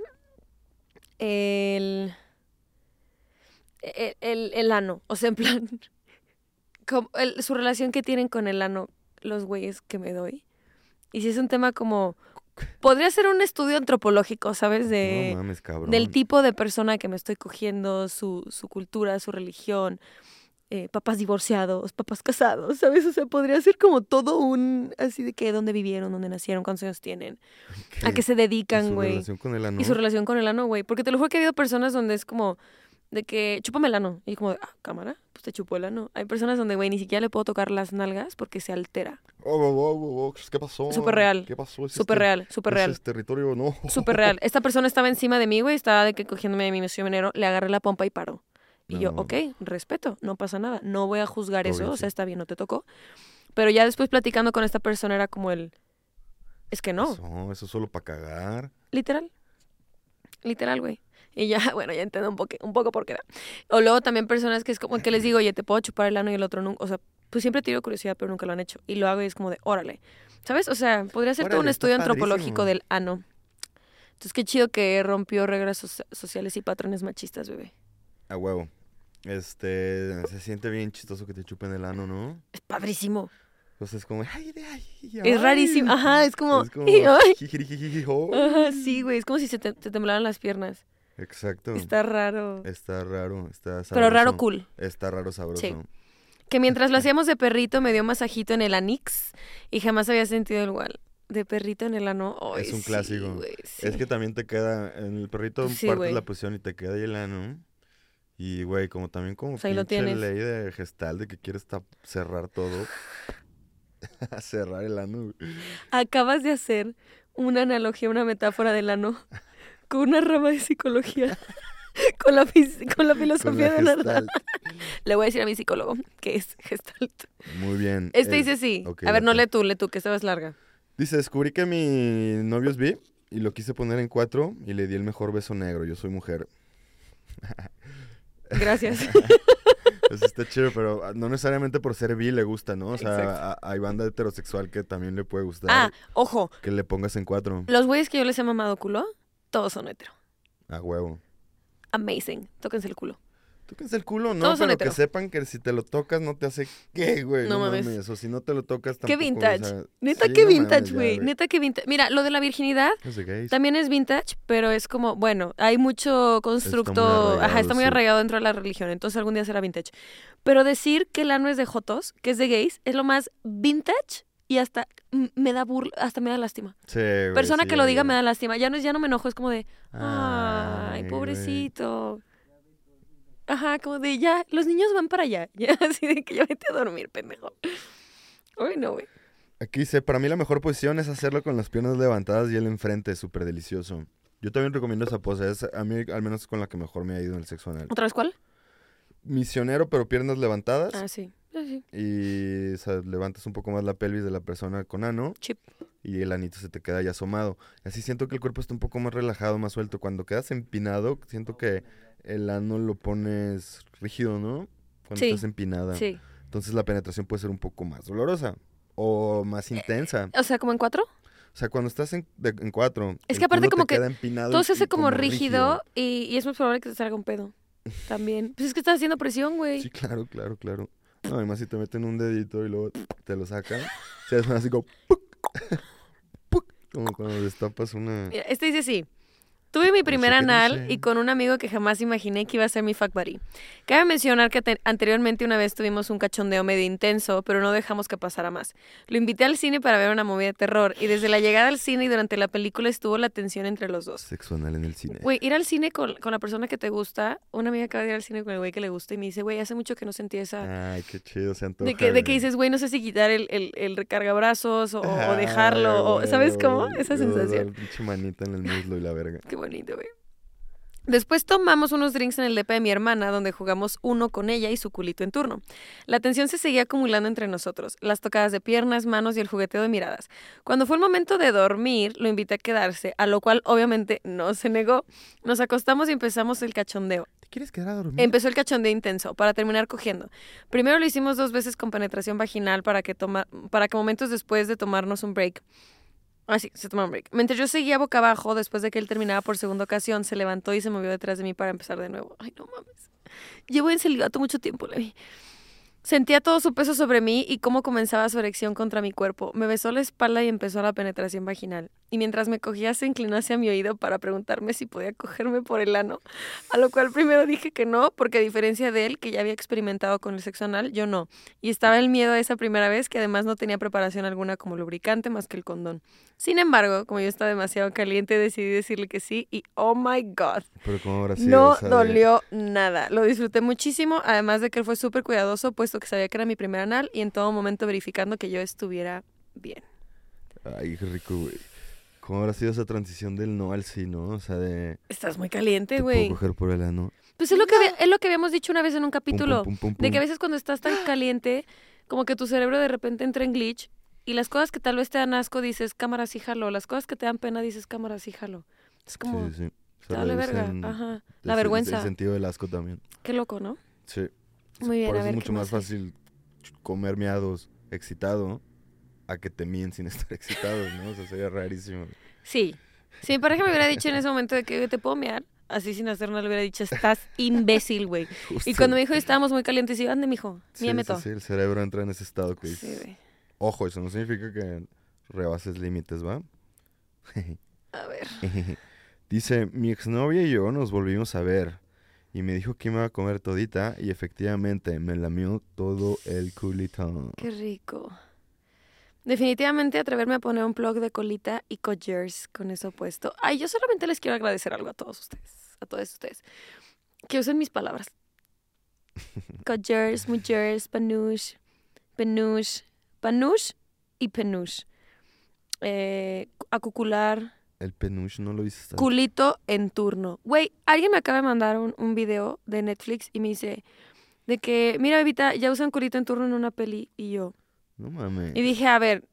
Speaker 2: el, el, el- el ano. O sea, en plan, como el- su relación que tienen con el ano los güeyes que me doy. Y si es un tema como... Podría ser un estudio antropológico, ¿sabes? De
Speaker 1: no mames, cabrón.
Speaker 2: del tipo de persona que me estoy cogiendo, su, su cultura, su religión, eh, papás divorciados, papás casados, ¿sabes? O sea, podría ser como todo un, así de que dónde vivieron, dónde nacieron, cuántos años tienen, a qué se
Speaker 1: ¿Y
Speaker 2: dedican,
Speaker 1: su
Speaker 2: güey.
Speaker 1: relación con el ano?
Speaker 2: Y su relación con el ano, güey. Porque te lo juro que ha habido personas donde es como de que chúpame el ano. Y como, de, ah, cámara, pues te chupó el ano. Hay personas donde, güey, ni siquiera le puedo tocar las nalgas porque se altera.
Speaker 1: Oh, oh, oh, oh, ¿Qué pasó?
Speaker 2: Súper real.
Speaker 1: ¿Qué pasó? ¿Es
Speaker 2: Súper
Speaker 1: este-
Speaker 2: real, súper
Speaker 1: es
Speaker 2: real.
Speaker 1: este territorio no?
Speaker 2: Súper real. Esta persona estaba encima de mí, güey, estaba de que cogiéndome de mi misionero, le agarré la pompa y paró. Y yo,
Speaker 1: No.
Speaker 2: ok, respeto, no pasa nada, no voy a juzgar eso, o
Speaker 1: Pobrecito.
Speaker 2: sea, está bien, no te tocó. Pero ya después platicando con esta persona era como el... Es que no.
Speaker 1: Eso, eso es solo para cagar.
Speaker 2: Literal. Literal, güey. Y ya, bueno, ya entiendo un, poque- un poco por qué. ¿no? O luego también personas que es como que les digo, oye, te puedo chupar el ano y el otro nunca. O sea, pues siempre he tenido curiosidad, pero nunca lo han hecho. Y lo hago y es como de, órale. ¿Sabes? O sea, podría ser todo un
Speaker 1: Órale, está
Speaker 2: estudio antropológico
Speaker 1: padrísimo.
Speaker 2: del ano. Entonces, qué chido que rompió reglas so- sociales y patrones machistas, bebé.
Speaker 1: A huevo. Este, se siente bien chistoso que te chupen el ano, ¿no?
Speaker 2: Es padrísimo.
Speaker 1: Entonces es como, ay, de ay, ay".
Speaker 2: Es rarísimo. Ajá, es como.
Speaker 1: Es como,
Speaker 2: Ay.
Speaker 1: "Jijirijijijijó".
Speaker 2: Ajá, sí, güey. Es como si se te, te temblaran las piernas.
Speaker 1: Exacto. Está,
Speaker 2: Está raro.
Speaker 1: raro, está Mm. sabroso.
Speaker 2: Pero raro cool.
Speaker 1: Está raro sabroso.
Speaker 2: Sí. Que mientras lo hacíamos de perrito me dio masajito en el anix y jamás había sentido igual. De perrito en el ano. ay,
Speaker 1: Es un
Speaker 2: sí,
Speaker 1: clásico.
Speaker 2: güey, sí.
Speaker 1: Es que también te queda, en el perrito
Speaker 2: Sí,
Speaker 1: partes
Speaker 2: güey.
Speaker 1: la posición y te queda ahí el ano. Y, güey, como también como
Speaker 2: Pues ahí lo
Speaker 1: pinche
Speaker 2: tienes.
Speaker 1: ley de gestal de que quieres tap- cerrar todo. cerrar el ano. güey.
Speaker 2: Acabas de hacer una analogía, una metáfora del ano con una rama de psicología. Con la, fis- con la
Speaker 1: Con
Speaker 2: filosofía
Speaker 1: la
Speaker 2: de la
Speaker 1: gestalt.
Speaker 2: Le voy a decir a mi psicólogo que es gestalt.
Speaker 1: Muy bien.
Speaker 2: Este
Speaker 1: eh,
Speaker 2: dice sí.
Speaker 1: ok,
Speaker 2: a ver, no
Speaker 1: date.
Speaker 2: le tú, le tú, que esta vez larga.
Speaker 1: Dice, descubrí que mi novio es bi y lo quise poner en cuatro y le di el mejor beso negro. Yo soy mujer.
Speaker 2: Gracias.
Speaker 1: Pues está chido, pero ah, no necesariamente por ser bi le gusta, ¿no? O sea,
Speaker 2: Exacto.
Speaker 1: a- hay banda heterosexual que también le puede gustar
Speaker 2: ah, ojo.
Speaker 1: que le pongas en cuatro.
Speaker 2: Los güeyes que yo les he mamado culo, todos son hetero.
Speaker 1: A huevo.
Speaker 2: Amazing. Tóquense el culo.
Speaker 1: Tóquense el culo, ¿no?
Speaker 2: Todos son
Speaker 1: pero
Speaker 2: hetero.
Speaker 1: que sepan que si te lo tocas no te hace qué, güey.
Speaker 2: No mames.
Speaker 1: O si no te lo tocas tampoco.
Speaker 2: Qué vintage.
Speaker 1: o sea,
Speaker 2: Neta,
Speaker 1: sí,
Speaker 2: qué
Speaker 1: no mames,
Speaker 2: vintage,
Speaker 1: ya,
Speaker 2: güey. Neta, qué vintage. Mira, lo de la virginidad
Speaker 1: No sé qué es.
Speaker 2: también es vintage, pero es como, bueno, hay mucho constructo. ajá,
Speaker 1: arraigado,
Speaker 2: está muy
Speaker 1: sí.
Speaker 2: arraigado dentro de la religión, entonces algún día será vintage. Pero decir que el ano es de Jotos, que es de gays, es lo más vintage y hasta mm, me da burla, hasta me da lástima.
Speaker 1: Sí, güey,
Speaker 2: Persona
Speaker 1: sí,
Speaker 2: que lo
Speaker 1: ya,
Speaker 2: diga
Speaker 1: ya.
Speaker 2: me da lástima. Ya no, es- ya no me enojo, es como de, ay,
Speaker 1: güey.
Speaker 2: pobrecito. Ajá, como de ya, los niños van para allá. Ya, así de que ya vete a dormir, pendejo. Uy, no, güey.
Speaker 1: Aquí dice, para mí la mejor posición es hacerlo con las piernas levantadas y él enfrente, súper delicioso. Yo también recomiendo esa pose, es a mí al menos con la que mejor me ha ido en el sexo anal.
Speaker 2: ¿Otra vez cuál?
Speaker 1: Misionero, pero piernas levantadas
Speaker 2: Ah, sí. Ah, sí.
Speaker 1: y o sea, levantas un poco más la pelvis de la persona con ano
Speaker 2: Chip.
Speaker 1: y el anito se te queda ahí asomado. Así siento que el cuerpo está un poco más relajado, más suelto. Cuando quedas empinado, siento que el ano lo pones rígido, ¿no? Cuando
Speaker 2: Sí.
Speaker 1: estás empinada.
Speaker 2: Sí.
Speaker 1: Entonces la penetración puede ser un poco más dolorosa o más
Speaker 2: Eh.
Speaker 1: intensa.
Speaker 2: O sea, como en cuatro.
Speaker 1: O sea, cuando estás en, de- en cuatro.
Speaker 2: Es
Speaker 1: el
Speaker 2: que
Speaker 1: culo
Speaker 2: aparte
Speaker 1: te
Speaker 2: como que
Speaker 1: queda empinado
Speaker 2: Todo
Speaker 1: y-
Speaker 2: se
Speaker 1: y
Speaker 2: hace como rígido y, y es muy probable que te salga un pedo. También. Pues es que estás haciendo presión, güey.
Speaker 1: Sí, claro, claro, claro. No, además si te meten un dedito y luego te lo sacan, se hace así como... ¡puc! ¡puc! Como cuando destapas una...
Speaker 2: Mira, este dice sí. Tuve mi primer
Speaker 1: qué
Speaker 2: anal
Speaker 1: dice.
Speaker 2: y con un amigo que jamás imaginé que iba a ser mi fuck buddy. Cabe mencionar que te- anteriormente una vez tuvimos un cachondeo medio intenso, pero no dejamos que pasara más. Lo invité al cine para ver una movida de terror y desde la llegada al cine y durante la película estuvo la tensión entre los dos.
Speaker 1: Sexo anal en el cine.
Speaker 2: Güey, ir al cine con, con la persona que te gusta, una amiga acaba de ir al cine con el güey que le gusta y me dice, güey, hace mucho que no sentí esa...
Speaker 1: Ay, qué chido, se antoja.
Speaker 2: De que, de que
Speaker 1: güey.
Speaker 2: dices, güey, no sé si quitar el, el, el recargabrazos o, o
Speaker 1: Ay,
Speaker 2: dejarlo, o, ¿sabes cómo?
Speaker 1: güey,
Speaker 2: Esa
Speaker 1: o sea,
Speaker 2: sensación.
Speaker 1: Pinche manita en el muslo y la verga.
Speaker 2: Qué bonito, güey. Después tomamos unos drinks en el depa de mi hermana, donde jugamos uno con ella y su culito en turno. La tensión se seguía acumulando entre nosotros, las tocadas de piernas, manos y el jugueteo de miradas. Cuando fue el momento de dormir, lo invité a quedarse, a lo cual obviamente no se negó. Nos acostamos y empezamos el cachondeo.
Speaker 1: ¿Te quieres quedar a dormir?
Speaker 2: Empezó el cachondeo intenso, para terminar cogiendo. Primero lo hicimos dos veces con penetración vaginal para que, toma, para que momentos después de tomarnos un break. Ah, sí, se tomaron break. Mientras yo seguía boca abajo, después de que él terminaba por segunda ocasión, se levantó y se movió detrás de mí para empezar de nuevo. Ay, no mames. Llevo en celibato mucho tiempo, Levi. Sentía todo su peso sobre mí y cómo comenzaba su erección contra mi cuerpo. Me besó la espalda y empezó la penetración vaginal. Y mientras me cogía, se inclinó hacia mi oído para preguntarme si podía cogerme por el ano. A lo cual primero dije que no, porque a diferencia de él, que ya había experimentado con el sexo anal, yo no. Y estaba el miedo de esa primera vez, que además no tenía preparación alguna como lubricante más que el condón. Sin embargo, como yo estaba demasiado caliente, decidí decirle que sí y oh my god,
Speaker 1: Pero como ahora sí,
Speaker 2: no
Speaker 1: o sea, de-
Speaker 2: dolió nada. Lo disfruté muchísimo, además de que él fue súper cuidadoso, puesto que sabía que era mi primer anal y en todo momento verificando que yo estuviera bien.
Speaker 1: Ay, qué rico, güey. ¿Cómo habrá sido esa transición del no al sí, no? O sea, de...
Speaker 2: Estás muy caliente,
Speaker 1: Te
Speaker 2: güey.
Speaker 1: puedo coger por el ano. Pum,
Speaker 2: Pues es lo, que, había- es lo que habíamos dicho una vez en
Speaker 1: pum,
Speaker 2: un capítulo.
Speaker 1: pum, pum,
Speaker 2: De que a
Speaker 1: pum.
Speaker 2: veces cuando estás tan caliente, como que tu cerebro de repente entra en glitch Y las cosas que tal vez te dan asco dices cámaras y jalo. Las cosas que te dan pena dices cámaras y jalo. Es como,
Speaker 1: Sí, sí, sí. Se
Speaker 2: te vale verga.
Speaker 1: reducen
Speaker 2: Ajá.
Speaker 1: el
Speaker 2: La
Speaker 1: sen-
Speaker 2: vergüenza.
Speaker 1: El sentido del asco también.
Speaker 2: Qué loco, ¿no?
Speaker 1: Sí.
Speaker 2: Muy bien,
Speaker 1: Por
Speaker 2: a
Speaker 1: eso
Speaker 2: ver,
Speaker 1: es mucho
Speaker 2: ¿qué
Speaker 1: más
Speaker 2: más hay?
Speaker 1: fácil comer miados excitado a que te míen sin estar excitados, ¿no? O sea, sería rarísimo.
Speaker 2: Sí. Si mi pareja me hubiera dicho en ese momento de que "Oye, te puedo mear, así sin hacer nada, le hubiera dicho, estás imbécil, güey. Y
Speaker 1: Justo.
Speaker 2: cuando me dijo, estábamos muy calientes, y yo, ande, mijo,
Speaker 1: Sí,
Speaker 2: míame
Speaker 1: sí,
Speaker 2: todo.
Speaker 1: sí, el cerebro entra en ese estado que
Speaker 2: Sí,
Speaker 1: dices,
Speaker 2: güey.
Speaker 1: ojo, eso no significa que rebases límites, ¿va?
Speaker 2: A ver.
Speaker 1: Dice, mi exnovia y yo nos volvimos a ver y me dijo que me iba a comer todita y efectivamente me lamió todo el culito.
Speaker 2: Qué rico. Definitivamente atreverme a poner un plug de colita y collars con eso puesto. Ay, yo solamente les quiero agradecer algo a todos ustedes, a todos ustedes, que usen mis palabras. Collars, mujeres, panush, penush, panush y penush. Eh, acucular,
Speaker 1: El penuche no lo dices. tanto.
Speaker 2: culito en turno. Güey, alguien me acaba de mandar un, un video de Netflix y me dice de que, mira, bebita, ya usan culito en turno en una peli y yo.
Speaker 1: No mames.
Speaker 2: Y dije, a ver,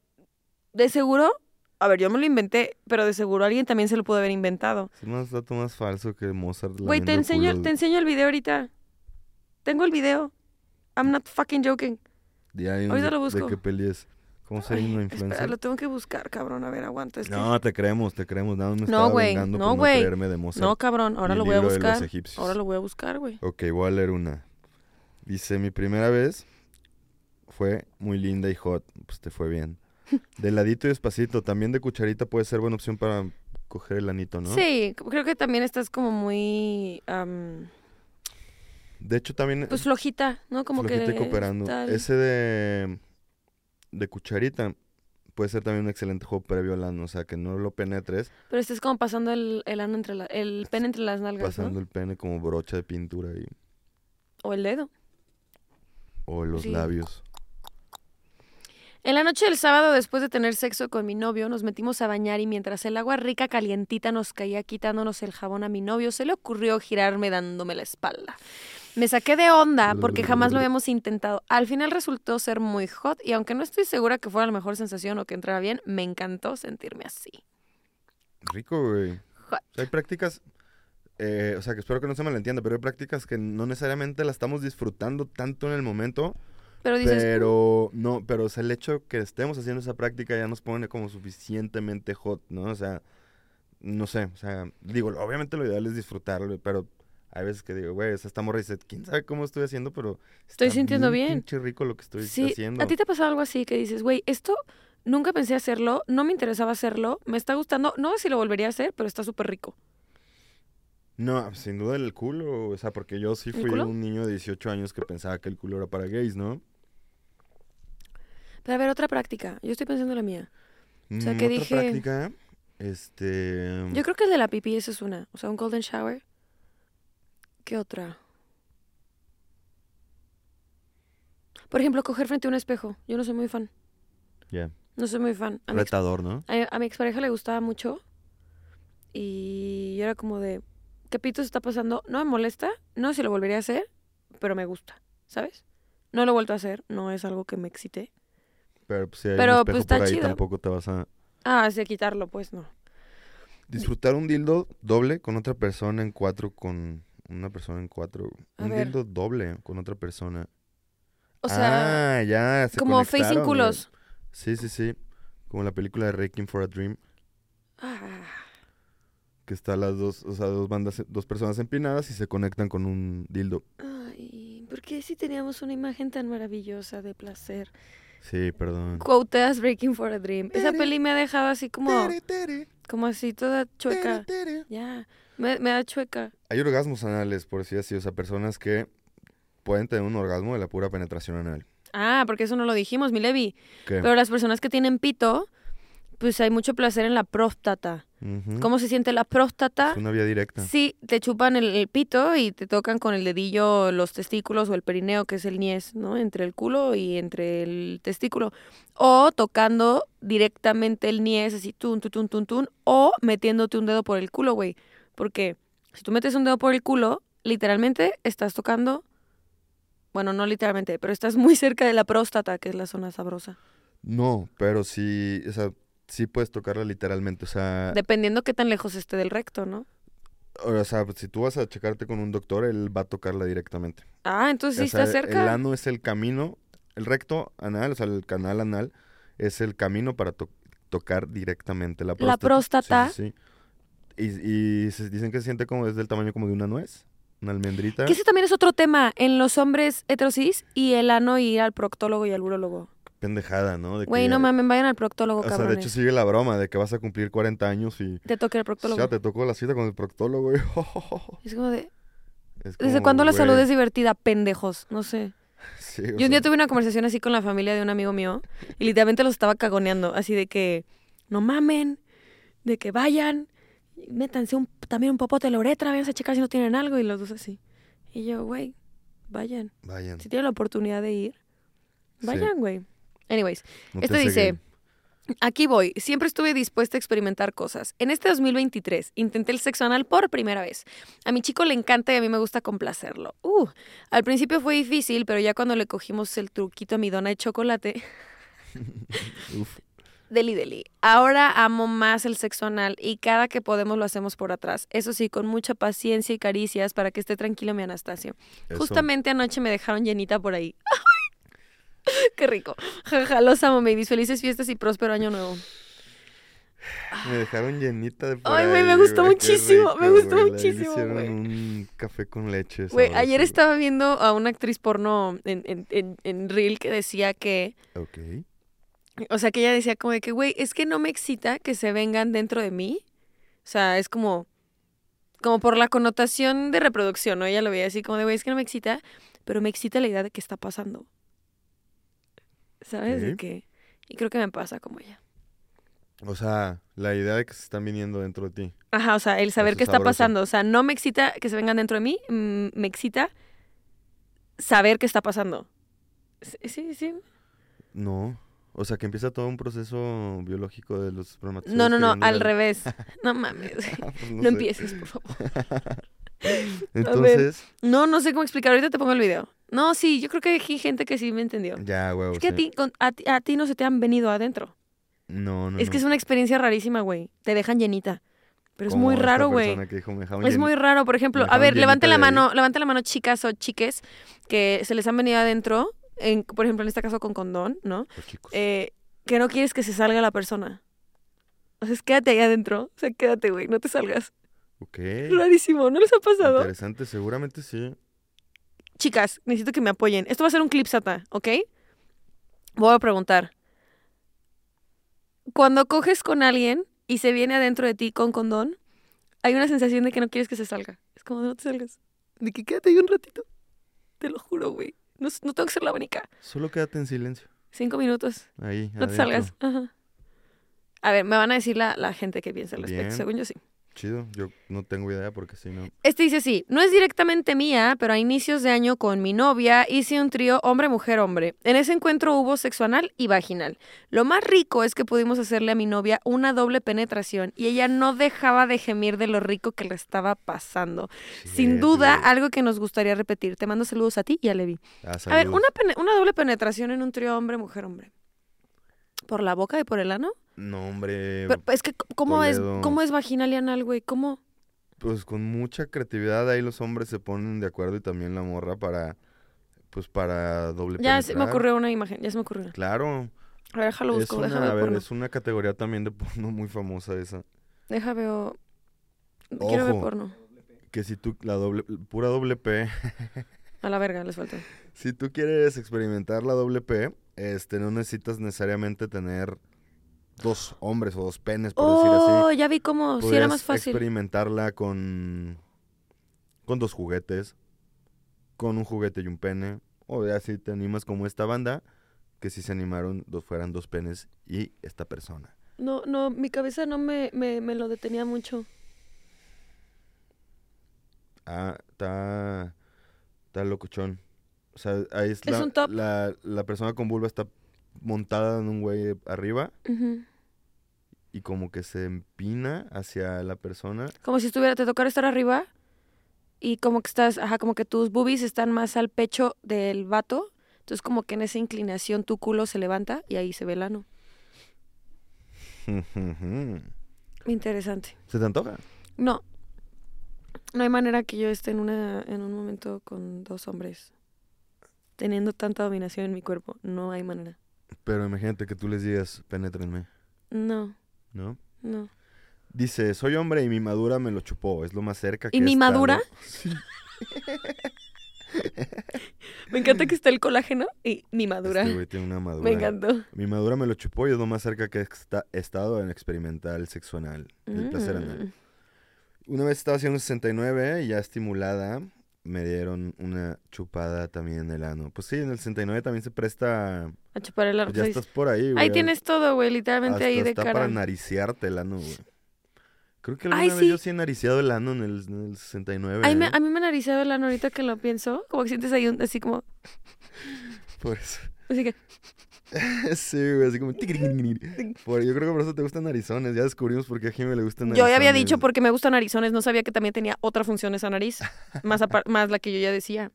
Speaker 2: de seguro, a ver, yo me lo inventé, pero de seguro alguien también se lo pudo haber inventado.
Speaker 1: Es más dato más falso que Mozart.
Speaker 2: Güey, te
Speaker 1: lamiendo
Speaker 2: enseño,
Speaker 1: culos.
Speaker 2: te enseño el video ahorita. Tengo el video. I'm not fucking joking.
Speaker 1: Diario
Speaker 2: ahorita
Speaker 1: de-
Speaker 2: lo busco.
Speaker 1: ¿De qué peli es? ¿Cómo se
Speaker 2: Ay,
Speaker 1: llama
Speaker 2: Espera,
Speaker 1: influencer?
Speaker 2: lo tengo que buscar, cabrón. A ver, aguanta. este. es que-
Speaker 1: No, te creemos, te creemos. Nada más me
Speaker 2: No,
Speaker 1: estaba
Speaker 2: güey,
Speaker 1: vengando
Speaker 2: no,
Speaker 1: por no
Speaker 2: güey.
Speaker 1: creerme de Mozart.
Speaker 2: no, cabrón, ahora
Speaker 1: y
Speaker 2: lo voy a
Speaker 1: libro de los
Speaker 2: buscar.
Speaker 1: egipcios.
Speaker 2: Ahora lo voy a buscar, güey.
Speaker 1: Ok, voy a leer una. Dice, mi primera vez fue muy linda y hot. Pues te fue bien. De ladito y despacito. También de cucharita puede ser buena opción para coger el anito, ¿no?
Speaker 2: Sí, creo que también estás como muy, am,
Speaker 1: De hecho, también
Speaker 2: pues flojita, ¿no? Como
Speaker 1: flojita
Speaker 2: que
Speaker 1: y cooperando.
Speaker 2: tal.
Speaker 1: Ese de, de cucharita puede ser también un excelente juego previo al ano. O sea, que no lo penetres
Speaker 2: Pero estás como pasando el, el ano entre la- el pene entre las nalgas,
Speaker 1: pasando
Speaker 2: ¿no?
Speaker 1: el pene como brocha de pintura y,
Speaker 2: O el dedo.
Speaker 1: o los
Speaker 2: Sí.
Speaker 1: labios.
Speaker 2: En la noche del sábado, después de tener sexo con mi novio, nos metimos a bañar y mientras el agua rica calientita nos caía quitándonos el jabón a mi novio, se le ocurrió girarme dándome la espalda. Me saqué de onda porque jamás lo habíamos intentado. Al final resultó ser muy hot y aunque no estoy segura que fuera la mejor sensación o que entrara bien, me encantó sentirme así.
Speaker 1: Rico, güey.
Speaker 2: Hot.
Speaker 1: O sea, hay prácticas, eh, o sea, que espero que no se malentienda, pero hay prácticas que no necesariamente las estamos disfrutando tanto en el momento,
Speaker 2: Pero dices,
Speaker 1: pero no, pero o sea, el hecho que estemos haciendo esa práctica ya nos pone como suficientemente hot, ¿no? O sea, no sé, o sea, digo, obviamente lo ideal es disfrutarlo, pero hay veces que digo, güey, o sea, esta morra dice, quién sabe cómo estoy haciendo, pero
Speaker 2: Estoy
Speaker 1: está
Speaker 2: sintiendo bien.
Speaker 1: pinche rico lo que estoy
Speaker 2: sí,
Speaker 1: haciendo.
Speaker 2: ¿a ti te ha pasado algo así que dices, güey, esto nunca pensé hacerlo, no me interesaba hacerlo, me está gustando, no sé si lo volvería a hacer, pero está súper rico?
Speaker 1: No, ah, sin duda el culo, o sea, porque yo sí
Speaker 2: ¿El
Speaker 1: fui
Speaker 2: culo?
Speaker 1: un niño de 18 años que pensaba que el culo era para gays, ¿no?
Speaker 2: Pero a ver, otra práctica. Yo estoy pensando en la mía.
Speaker 1: O
Speaker 2: sea, que dije-
Speaker 1: Mm, práctica, este...
Speaker 2: Yo creo que el de la pipí, esa es una. O sea, un golden shower. ¿Qué otra? Por ejemplo, coger frente a un espejo. Yo no soy muy fan.
Speaker 1: Ya.
Speaker 2: No soy muy fan. A mi, ex-
Speaker 1: Retador, ¿no?
Speaker 2: a- a mi expareja le gustaba mucho. Y yo era como de, ¿qué pito se está pasando? No me molesta. No sé si lo volvería a hacer, pero me gusta. ¿Sabes? No lo he vuelto a hacer. No es algo que me excite.
Speaker 1: Pero pues, si hay
Speaker 2: Pero,
Speaker 1: un
Speaker 2: pues,
Speaker 1: espejo
Speaker 2: está
Speaker 1: por ahí,
Speaker 2: chido.
Speaker 1: tampoco te vas a...
Speaker 2: Ah, sí, quitarlo, pues no.
Speaker 1: Disfrutar un dildo doble con otra persona en cuatro con... Una persona en cuatro.
Speaker 2: A
Speaker 1: un
Speaker 2: ver.
Speaker 1: dildo doble con otra persona.
Speaker 2: O sea,
Speaker 1: ah, ya, se
Speaker 2: como facing
Speaker 1: conectaron, güey.
Speaker 2: culos.
Speaker 1: Sí, sí, sí. Como la película de Requiem for a Dream,
Speaker 2: Ah.
Speaker 1: que está las dos, o sea, dos bandas, dos personas empinadas y se conectan con un dildo.
Speaker 2: Ay, ¿por qué si teníamos una imagen tan maravillosa de placer?
Speaker 1: Sí, perdón.
Speaker 2: Quotas Breaking for a Dream. Esa
Speaker 1: Tere.
Speaker 2: peli me ha dejado así como,
Speaker 1: Tere, tere,
Speaker 2: como así toda chueca.
Speaker 1: tere, tere.
Speaker 2: Ya, me, me da chueca.
Speaker 1: Hay orgasmos anales, por decir así, o sea, personas que pueden tener un orgasmo de la pura penetración anal.
Speaker 2: Ah, porque eso no lo dijimos, mi Levi.
Speaker 1: ¿Qué?
Speaker 2: Pero las personas que tienen pito, pues hay mucho placer en la próstata.
Speaker 1: Ujú.
Speaker 2: ¿Cómo se siente la próstata?
Speaker 1: Es una vía directa.
Speaker 2: Sí, te chupan el, el pito y te tocan con el dedillo los testículos o el perineo, que es el niés, ¿no? Entre el culo y entre el testículo. O tocando directamente el niés, así, tun, tun, tun, tun, tun. O metiéndote un dedo por el culo, güey. Porque si tú metes un dedo por el culo, literalmente estás tocando. Bueno, no literalmente, pero estás muy cerca de la próstata, que es la zona sabrosa.
Speaker 1: No, pero sí, o sea, sí puedes tocarla literalmente. O sea,
Speaker 2: Dependiendo qué tan lejos esté del recto, ¿no?
Speaker 1: o sea, pues, si tú vas a checarte con un doctor, él va a tocarla directamente.
Speaker 2: Ah, entonces
Speaker 1: O
Speaker 2: sí
Speaker 1: sea,
Speaker 2: está cerca.
Speaker 1: El ano es el camino, el recto anal, o sea, el canal anal es el camino para to- tocar directamente la próstata.
Speaker 2: La próstata.
Speaker 1: Sí, sí, sí. Y, y se dicen que se siente como desde el tamaño como de una nuez, una almendrita.
Speaker 2: Que ese también es otro tema en los hombres heterosis y el ano ir al proctólogo y al urólogo.
Speaker 1: Pendejada, ¿no? De que
Speaker 2: Güey,
Speaker 1: ya-
Speaker 2: no mames, vayan al proctólogo,
Speaker 1: O sea, de
Speaker 2: cabrones.
Speaker 1: hecho sigue la broma de que vas a cumplir 40 años y
Speaker 2: Te toca el proctólogo.
Speaker 1: ya te tocó la cita con el proctólogo. y-
Speaker 2: Es como de,
Speaker 1: Es
Speaker 2: ¿desde
Speaker 1: como,
Speaker 2: cuándo la
Speaker 1: Oh, güey,
Speaker 2: salud es divertida, pendejos? No sé.
Speaker 1: sí, o
Speaker 2: Yo
Speaker 1: sea,
Speaker 2: un día tuve una conversación así con la familia de un amigo mío y literalmente los estaba cagoneando, así de que no mamen, de que vayan, métanse un, también un popote de la uretra, váyanse a checar si no tienen algo y los dos así. Y yo, güey, vayan.
Speaker 1: Vayan.
Speaker 2: Si tienen la oportunidad de ir,
Speaker 1: Sí.
Speaker 2: vayan, güey. Anyways,
Speaker 1: no te
Speaker 2: este dice,
Speaker 1: ceguen.
Speaker 2: aquí voy, siempre estuve dispuesta a experimentar cosas. En este 2023 intenté el sexo anal por primera vez. A mi chico le encanta y a mí me gusta complacerlo. Uh, al principio fue difícil, pero ya cuando le cogimos el truquito a mi dona de chocolate,
Speaker 1: Uf,
Speaker 2: deli deli. Ahora amo más el sexo anal y cada que podemos lo hacemos por atrás. Eso sí, con mucha paciencia y caricias para que esté tranquilo mi Anastasio.
Speaker 1: eso.
Speaker 2: Justamente anoche me dejaron llenita por ahí. ¡Qué rico! Jaja, los amo, babies. Felices fiestas y próspero año nuevo.
Speaker 1: Me dejaron llenita de por
Speaker 2: Ay, güey, me
Speaker 1: ahí,
Speaker 2: gustó
Speaker 1: güey, qué
Speaker 2: muchísimo, me
Speaker 1: rico,
Speaker 2: gustó
Speaker 1: güey. Ahí
Speaker 2: muchísimo,
Speaker 1: hicieron
Speaker 2: güey.
Speaker 1: un café con leche.
Speaker 2: Güey,
Speaker 1: sabroso,
Speaker 2: ayer estaba viendo a una actriz porno en, en, en, en Reel que decía que,
Speaker 1: Ok.
Speaker 2: o sea, que ella decía como de que, güey, es que no me excita que se vengan dentro de mí. O sea, es como, como por la connotación de reproducción, ¿no? Ella lo veía así como de, güey, es que no me excita, pero me excita la idea de que está pasando. ¿Sabes? De
Speaker 1: Ok.
Speaker 2: que, y creo que me pasa como ella.
Speaker 1: O sea, la idea de que se están viniendo dentro de ti.
Speaker 2: Ajá, o sea, el saber
Speaker 1: Eso
Speaker 2: qué
Speaker 1: es
Speaker 2: está
Speaker 1: sabroso.
Speaker 2: pasando. O sea, no me excita que se vengan dentro de mí, mm, me excita saber qué está pasando. Sí, Sí, sí.
Speaker 1: No. O sea, que empieza todo un proceso biológico de los espermatozoides.
Speaker 2: No, no, no,
Speaker 1: queriendo
Speaker 2: al
Speaker 1: ver-
Speaker 2: revés. No mames.
Speaker 1: Ah, pues
Speaker 2: No,
Speaker 1: sé.
Speaker 2: empieces, por favor.
Speaker 1: Entonces,
Speaker 2: No, no sé cómo explicar. Ahorita te pongo el video. No, sí, yo creo que hay gente que sí me entendió.
Speaker 1: ya, eh. güey.
Speaker 2: Es que a ti, con- a, ti- a ti no se te han venido adentro.
Speaker 1: No, no.
Speaker 2: es que es
Speaker 1: no.
Speaker 2: una experiencia rarísima, güey. Te dejan llenita. Pero es
Speaker 1: Como
Speaker 2: muy
Speaker 1: esta
Speaker 2: raro, güey.
Speaker 1: persona que dijo, "Me dejaron
Speaker 2: Es muy
Speaker 1: llen-
Speaker 2: raro, por ejemplo, a
Speaker 1: dejaron
Speaker 2: ver, levante la
Speaker 1: llenita de-
Speaker 2: mano, levante la mano chicas o chiques que se les han venido adentro, en, por ejemplo, en este caso con condón, ¿no?
Speaker 1: Los chicos.
Speaker 2: Eh, que no quieres que se salga la persona. O sea, es quédate ahí adentro, o sea, quédate, güey, no te salgas.
Speaker 1: ok.
Speaker 2: Rarísimo, ¿no les ha pasado?
Speaker 1: Interesante, seguramente sí.
Speaker 2: Chicas, necesito que me apoyen. Esto va a ser un clip sata, ¿ok? Voy a preguntar. Cuando coges con alguien y se viene adentro de ti con condón, hay una sensación de que no quieres que se salga. Es como, no te salgas. De que quédate ahí un ratito. Te lo juro, güey. No, s- no tengo que ser la única.
Speaker 1: Solo quédate en silencio.
Speaker 2: Cinco minutos.
Speaker 1: Ahí.
Speaker 2: No te
Speaker 1: adentro.
Speaker 2: salgas. Ajá. A ver, me van a decir la, la gente que piensa al respecto.
Speaker 1: Bien.
Speaker 2: Según yo sí.
Speaker 1: Chido. Yo no tengo idea porque si no.
Speaker 2: Este dice así, no es directamente mía, pero a inicios de año con mi novia hice un trío hombre-mujer-hombre. En ese encuentro hubo sexo anal y vaginal. Lo más rico es que pudimos hacerle a mi novia una doble penetración y ella no dejaba de gemir de lo rico que le estaba pasando. Sin
Speaker 1: Shit,
Speaker 2: duda,
Speaker 1: güey.
Speaker 2: algo que nos gustaría repetir. Te mando saludos a ti y a Levi.
Speaker 1: Ah,
Speaker 2: A ver,
Speaker 1: saludos.
Speaker 2: una, pene- una doble penetración en un trío hombre-mujer-hombre. ¿Por la boca y por el ano?
Speaker 1: No, hombre.
Speaker 2: Pero, pues, es que, ¿cómo es,
Speaker 1: Toledo.
Speaker 2: ¿cómo es vaginal y anal, güey? ¿Cómo?
Speaker 1: Pues con mucha creatividad ahí los hombres se ponen de acuerdo y también la morra para. Pues para doble
Speaker 2: Ya se me
Speaker 1: penetrar.
Speaker 2: ocurrió una imagen, ya se me ocurrió una.
Speaker 1: Claro.
Speaker 2: A ver, déjalo
Speaker 1: Es
Speaker 2: busco,
Speaker 1: una,
Speaker 2: déjame
Speaker 1: a
Speaker 2: ver,
Speaker 1: ver,
Speaker 2: porno.
Speaker 1: es una categoría también de porno muy famosa esa.
Speaker 2: Deja veo. Quiero ver
Speaker 1: Ojo.
Speaker 2: porno.
Speaker 1: Que si tú, la doble, pura doble P,
Speaker 2: A la verga, les faltó.
Speaker 1: si tú quieres experimentar la doble P, este, no necesitas necesariamente tener dos hombres o dos penes, por decir así.
Speaker 2: Oh, ya vi cómo. Sí, era
Speaker 1: Podrías
Speaker 2: más fácil.
Speaker 1: experimentarla con, con dos juguetes, con un juguete y un pene. O ya si te animas como esta banda, que si se animaron, dos fueran dos penes y esta persona.
Speaker 2: No, no, mi cabeza no me, me, me lo detenía mucho.
Speaker 1: Ah, está, está locuchón. O sea, ahí es,
Speaker 2: ¿Es
Speaker 1: la,
Speaker 2: un top?
Speaker 1: La, la persona con vulva está montada en un güey arriba
Speaker 2: Ujú.
Speaker 1: y como que se empina hacia la persona.
Speaker 2: Como si estuviera, te tocara estar arriba. Y como que estás, ajá, como que tus boobies están más al pecho del vato. Entonces como que en esa inclinación tu culo se levanta y ahí se ve el ano. Interesante.
Speaker 1: ¿Se te antoja?
Speaker 2: No. No hay manera que yo esté en una en un momento con dos hombres teniendo tanta dominación en mi cuerpo. No hay manera.
Speaker 1: Pero imagínate que tú les digas, penétrenme,
Speaker 2: No,
Speaker 1: ¿no?
Speaker 2: no.
Speaker 1: Dice, soy hombre y mi madura me lo chupó, es lo más cerca que he
Speaker 2: mi
Speaker 1: estado". Este
Speaker 2: madura? Me encanta que está el colágeno y mi madura.
Speaker 1: Este güey tiene una madura.
Speaker 2: Me encantó.
Speaker 1: Mi madura me lo chupó y es lo más cerca que he esta- estado en experimentar el sexo anal, el placer anal.
Speaker 2: Mm.
Speaker 1: Una vez estaba haciendo 69 y ya estimulada, me dieron una chupada también en el ano. Pues sí, en el 69 también se presta. pues
Speaker 2: A chupar el arco.
Speaker 1: Ya estás por ahí, güey.
Speaker 2: Ahí tienes todo, güey, literalmente
Speaker 1: Hasta
Speaker 2: ahí de
Speaker 1: está
Speaker 2: cara.
Speaker 1: para nariciarte el ano, güey. Creo que alguna
Speaker 2: Ay,
Speaker 1: vez
Speaker 2: sí.
Speaker 1: yo sí he nariciado el ano en el, en el 69.
Speaker 2: Ay, me-
Speaker 1: ¿eh?
Speaker 2: a mí me ha narizado el ano ahorita que lo pienso. Como que sientes ahí un- así como.
Speaker 1: Por eso.
Speaker 2: Así que.
Speaker 1: sí, güey, así como. tiquiriquiriquiri. Por- yo creo que por eso te gustan narizones. Ya descubrimos por qué a Jimmy le gustan
Speaker 2: Yo
Speaker 1: narizones.
Speaker 2: ya había dicho porque me gustan narizones, no sabía que también tenía otra función esa nariz. Más, apar- más la que yo ya decía.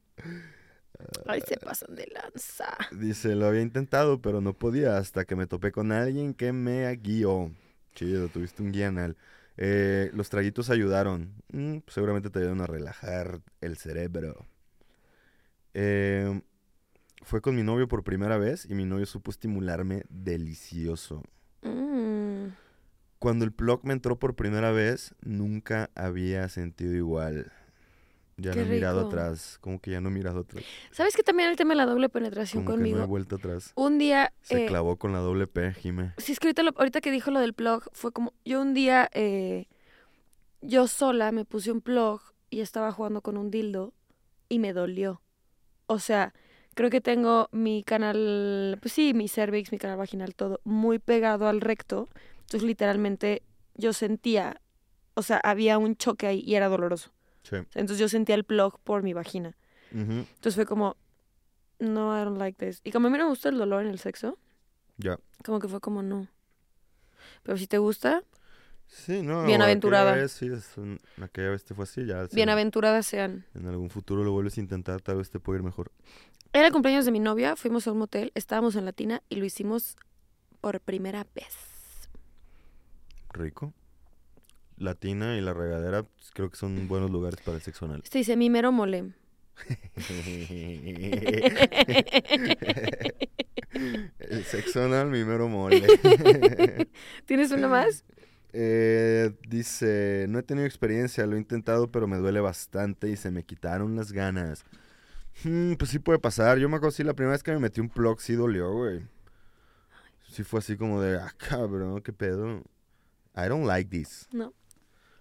Speaker 2: Ay, se pasan de lanza.
Speaker 1: Dice, lo había intentado, pero no podía hasta que me topé con alguien que me guió. Chido, tuviste un guía anal. Eh, los traguitos ayudaron. Mm, seguramente te ayudaron a relajar el cerebro. Eh, fue con mi novio por primera vez y mi novio supo estimularme delicioso.
Speaker 2: Mm.
Speaker 1: Cuando el blog me entró por primera vez, nunca había sentido igual. Ya
Speaker 2: Qué
Speaker 1: no he mirado
Speaker 2: rico.
Speaker 1: atrás. Como que ya no he mirado atrás.
Speaker 2: ¿Sabes que también el tema de la doble penetración
Speaker 1: Como que no
Speaker 2: conmigo?
Speaker 1: he vuelto atrás.
Speaker 2: Un día.
Speaker 1: Se
Speaker 2: eh,
Speaker 1: clavó con la doble P, Jime.
Speaker 2: Sí, es que ahorita, lo- ahorita que dijo lo del plug, fue como, yo un día, eh, yo sola me puse un plug y estaba jugando con un dildo y me dolió. O sea, creo que tengo mi canal, pues sí, mi cervix, mi canal vaginal, todo muy pegado al recto. Entonces, literalmente, yo sentía, o sea, había un choque ahí y era doloroso.
Speaker 1: Sí.
Speaker 2: Entonces, yo sentía el plug por mi vagina.
Speaker 1: Ujú,
Speaker 2: Entonces fue como, no, I don't like this. Y como a mí no me gusta el dolor en el sexo,
Speaker 1: Ya.
Speaker 2: como que fue como, no. Pero si te gusta,
Speaker 1: Sí, no.
Speaker 2: Bienaventurada.
Speaker 1: aquella vez sí, es un- aquella vez te fue así, ya. si
Speaker 2: bienaventuradas sean.
Speaker 1: En algún futuro lo vuelves a intentar, tal vez te puede ir mejor.
Speaker 2: Era el cumpleaños de mi novia, fuimos a un motel, estábamos en Latina y lo hicimos por primera vez.
Speaker 1: Rico. Latina y la regadera pues, creo que son buenos lugares para el sexo anal.
Speaker 2: Este dice, mi mero mole.
Speaker 1: el sexo anal, mi mero mole.
Speaker 2: ¿Tienes uno más?
Speaker 1: Eh, dice, no he tenido experiencia, lo he intentado, pero me duele bastante y se me quitaron las ganas. Mm, pues sí puede pasar. Yo me acuerdo, sí, la primera vez que me metí un plug sí dolió, güey. Sí fue así como de, ah, cabrón, qué pedo. I don't like this.
Speaker 2: No.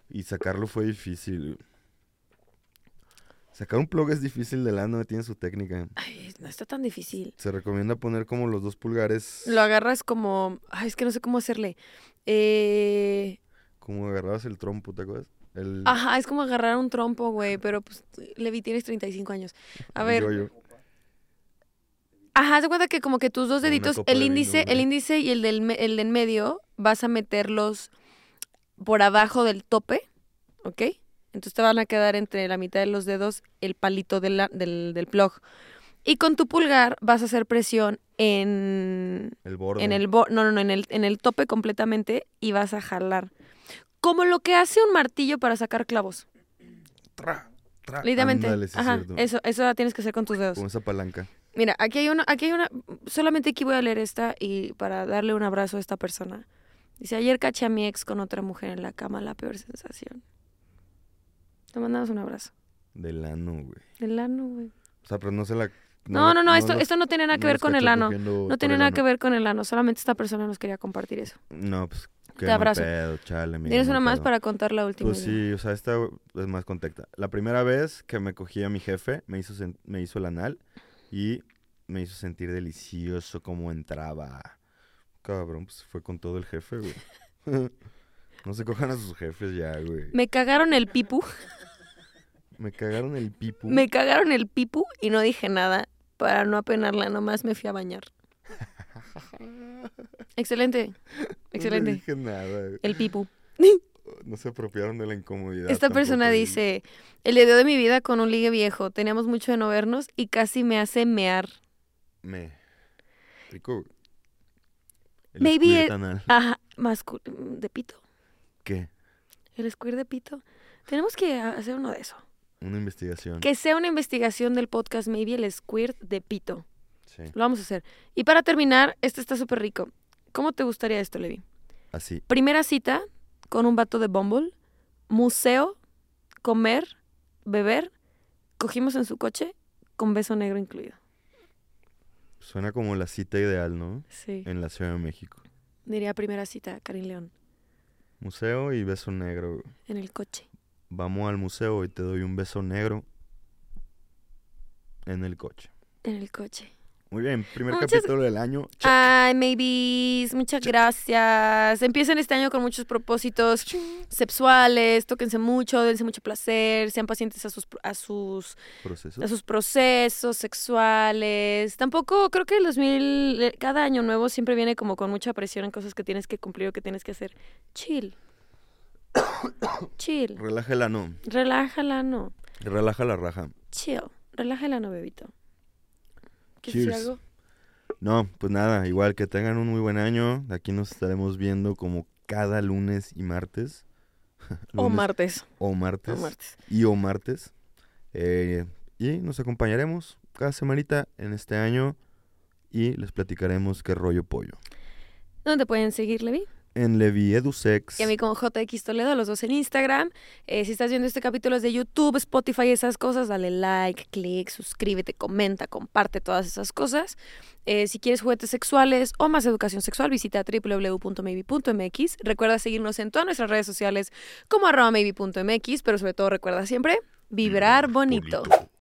Speaker 1: Y sacarlo fue difícil. Sacar un plug es difícil de lano, tiene su técnica.
Speaker 2: Ay, no está tan difícil.
Speaker 1: Se recomienda poner como los dos pulgares
Speaker 2: Lo agarras como, ay, es que no sé cómo hacerle. Eh,
Speaker 1: como agarrados el trompo, ¿te acuerdas? El,
Speaker 2: ajá, es como agarrar un trompo, güey, pero pues, Levi, tienes 35 años. A
Speaker 1: el
Speaker 2: ver,
Speaker 1: yoyo.
Speaker 2: Ajá, haz de cuenta que como que tus dos
Speaker 1: Con una
Speaker 2: deditos,
Speaker 1: copa
Speaker 2: el
Speaker 1: de vino,
Speaker 2: índice, el
Speaker 1: güey.
Speaker 2: índice y el del me- el de en medio, vas a meterlos por abajo del tope, ¿ok? Entonces te van a quedar entre la mitad de los dedos el palito de la- del, del plug. Y con tu pulgar vas a hacer presión en,
Speaker 1: El borde.
Speaker 2: en el bo- no, no, no, en el, en el tope completamente y vas a jalar. Como lo que hace un martillo para sacar clavos.
Speaker 1: Tra, tra.
Speaker 2: Literalmente.
Speaker 1: Ándale, sí es
Speaker 2: Ajá,
Speaker 1: cierto.
Speaker 2: eso, eso tienes que hacer con tus dedos.
Speaker 1: Con esa palanca.
Speaker 2: Mira, aquí hay una, aquí hay una, solamente aquí voy a leer esta y para darle un abrazo a esta persona. Dice, ayer caché a mi ex con otra mujer en la cama, la peor sensación. Te mandamos un abrazo.
Speaker 1: Del ano, güey.
Speaker 2: El ano, güey.
Speaker 1: O sea, pero no se la.
Speaker 2: No, no, no, esto,
Speaker 1: los-
Speaker 2: esto no tiene nada que
Speaker 1: no
Speaker 2: ver
Speaker 1: los
Speaker 2: con el
Speaker 1: cachó
Speaker 2: ano.
Speaker 1: cogiendo
Speaker 2: No
Speaker 1: por
Speaker 2: tiene
Speaker 1: el
Speaker 2: nada
Speaker 1: ano.
Speaker 2: que ver con el ano, solamente esta persona nos quería compartir eso.
Speaker 1: No, pues.
Speaker 2: Te
Speaker 1: qué mal
Speaker 2: abrazo.
Speaker 1: pedo, chale, amigo,
Speaker 2: Tienes
Speaker 1: mal
Speaker 2: una más
Speaker 1: pedo.
Speaker 2: para contar la última.
Speaker 1: Pues
Speaker 2: ya.
Speaker 1: sí, o sea, esta es más contacta. La primera vez que me cogí a mi jefe, me hizo, sen- me hizo el anal y me hizo sentir delicioso como entraba. Cabrón, pues fue con todo el jefe, güey. no se cojan a sus jefes ya, güey.
Speaker 2: Me cagaron el pipu,
Speaker 1: Me cagaron el pipu.
Speaker 2: me cagaron el pipu y no dije nada para no apenarla, nomás me fui a bañar. Excelente,
Speaker 1: No le
Speaker 2: excelente.
Speaker 1: dije nada, güey.
Speaker 2: El pipu.
Speaker 1: No se apropiaron de la incomodidad.
Speaker 2: Esta
Speaker 1: tampoco,
Speaker 2: persona
Speaker 1: güey.
Speaker 2: dice, el día de mi vida con un ligue viejo, teníamos mucho de no vernos y casi me hace mear.
Speaker 1: Me. Rico. El
Speaker 2: Maybe
Speaker 1: squirt
Speaker 2: it-
Speaker 1: anal.
Speaker 2: Ajá, mascu- de pito.
Speaker 1: ¿Qué?
Speaker 2: El squirt de pito. Tenemos que hacer uno de eso.
Speaker 1: Una investigación.
Speaker 2: Que sea una investigación del podcast Maybe el squirt de pito.
Speaker 1: Sí.
Speaker 2: Lo vamos a hacer. Y para terminar, este está súper rico. ¿Cómo te gustaría esto, Levi?
Speaker 1: Así.
Speaker 2: Primera cita con un vato de Bumble, museo, comer, beber, cogimos en su coche con beso negro incluido.
Speaker 1: Suena como la cita ideal, ¿no?
Speaker 2: Sí.
Speaker 1: En la Ciudad de México.
Speaker 2: Diría primera cita, Karin León,
Speaker 1: Museo y beso negro.
Speaker 2: en el coche.
Speaker 1: Vamos al museo y te doy un beso negro en el coche.
Speaker 2: En el coche.
Speaker 1: Muy bien, primer
Speaker 2: Muchas-
Speaker 1: capítulo del año. Check.
Speaker 2: Ay, Maybes, muchas gracias. Empiecen este año con muchos propósitos sexuales, tóquense mucho, dense mucho placer, sean pacientes a sus, a sus
Speaker 1: Proceso.
Speaker 2: a sus procesos sexuales. Tampoco creo que el 2000, eh, cada año nuevo siempre viene como con mucha presión en cosas que tienes que cumplir o que tienes que hacer. Chill. Chill.
Speaker 1: Relájala, no.
Speaker 2: Relájala, no.
Speaker 1: Relaja la raja.
Speaker 2: Chill. Relájala, no, bebito. ¿Quieres
Speaker 1: Cheers.
Speaker 2: decir algo?
Speaker 1: No, pues nada, igual que tengan un muy buen año. Aquí nos estaremos viendo como cada lunes y martes.
Speaker 2: O
Speaker 1: Lunes
Speaker 2: martes.
Speaker 1: o martes.
Speaker 2: O martes.
Speaker 1: Y o martes. Eh, y nos acompañaremos cada semanita en este año y les platicaremos qué rollo pollo.
Speaker 2: ¿Dónde pueden seguir, Levi?
Speaker 1: En Levi Edusex.
Speaker 2: Y a mí como JX Toledo, los dos en Instagram. Eh, si estás viendo este capítulo es de YouTube, Spotify, esas cosas, dale like, click, suscríbete, comenta, comparte todas esas cosas. Eh, si quieres juguetes sexuales o más educación sexual, visita www.maybe.mx. Recuerda seguirnos en todas nuestras redes sociales como arroba maybe.mx, pero sobre todo recuerda siempre vibrar bonito.
Speaker 1: Bonito.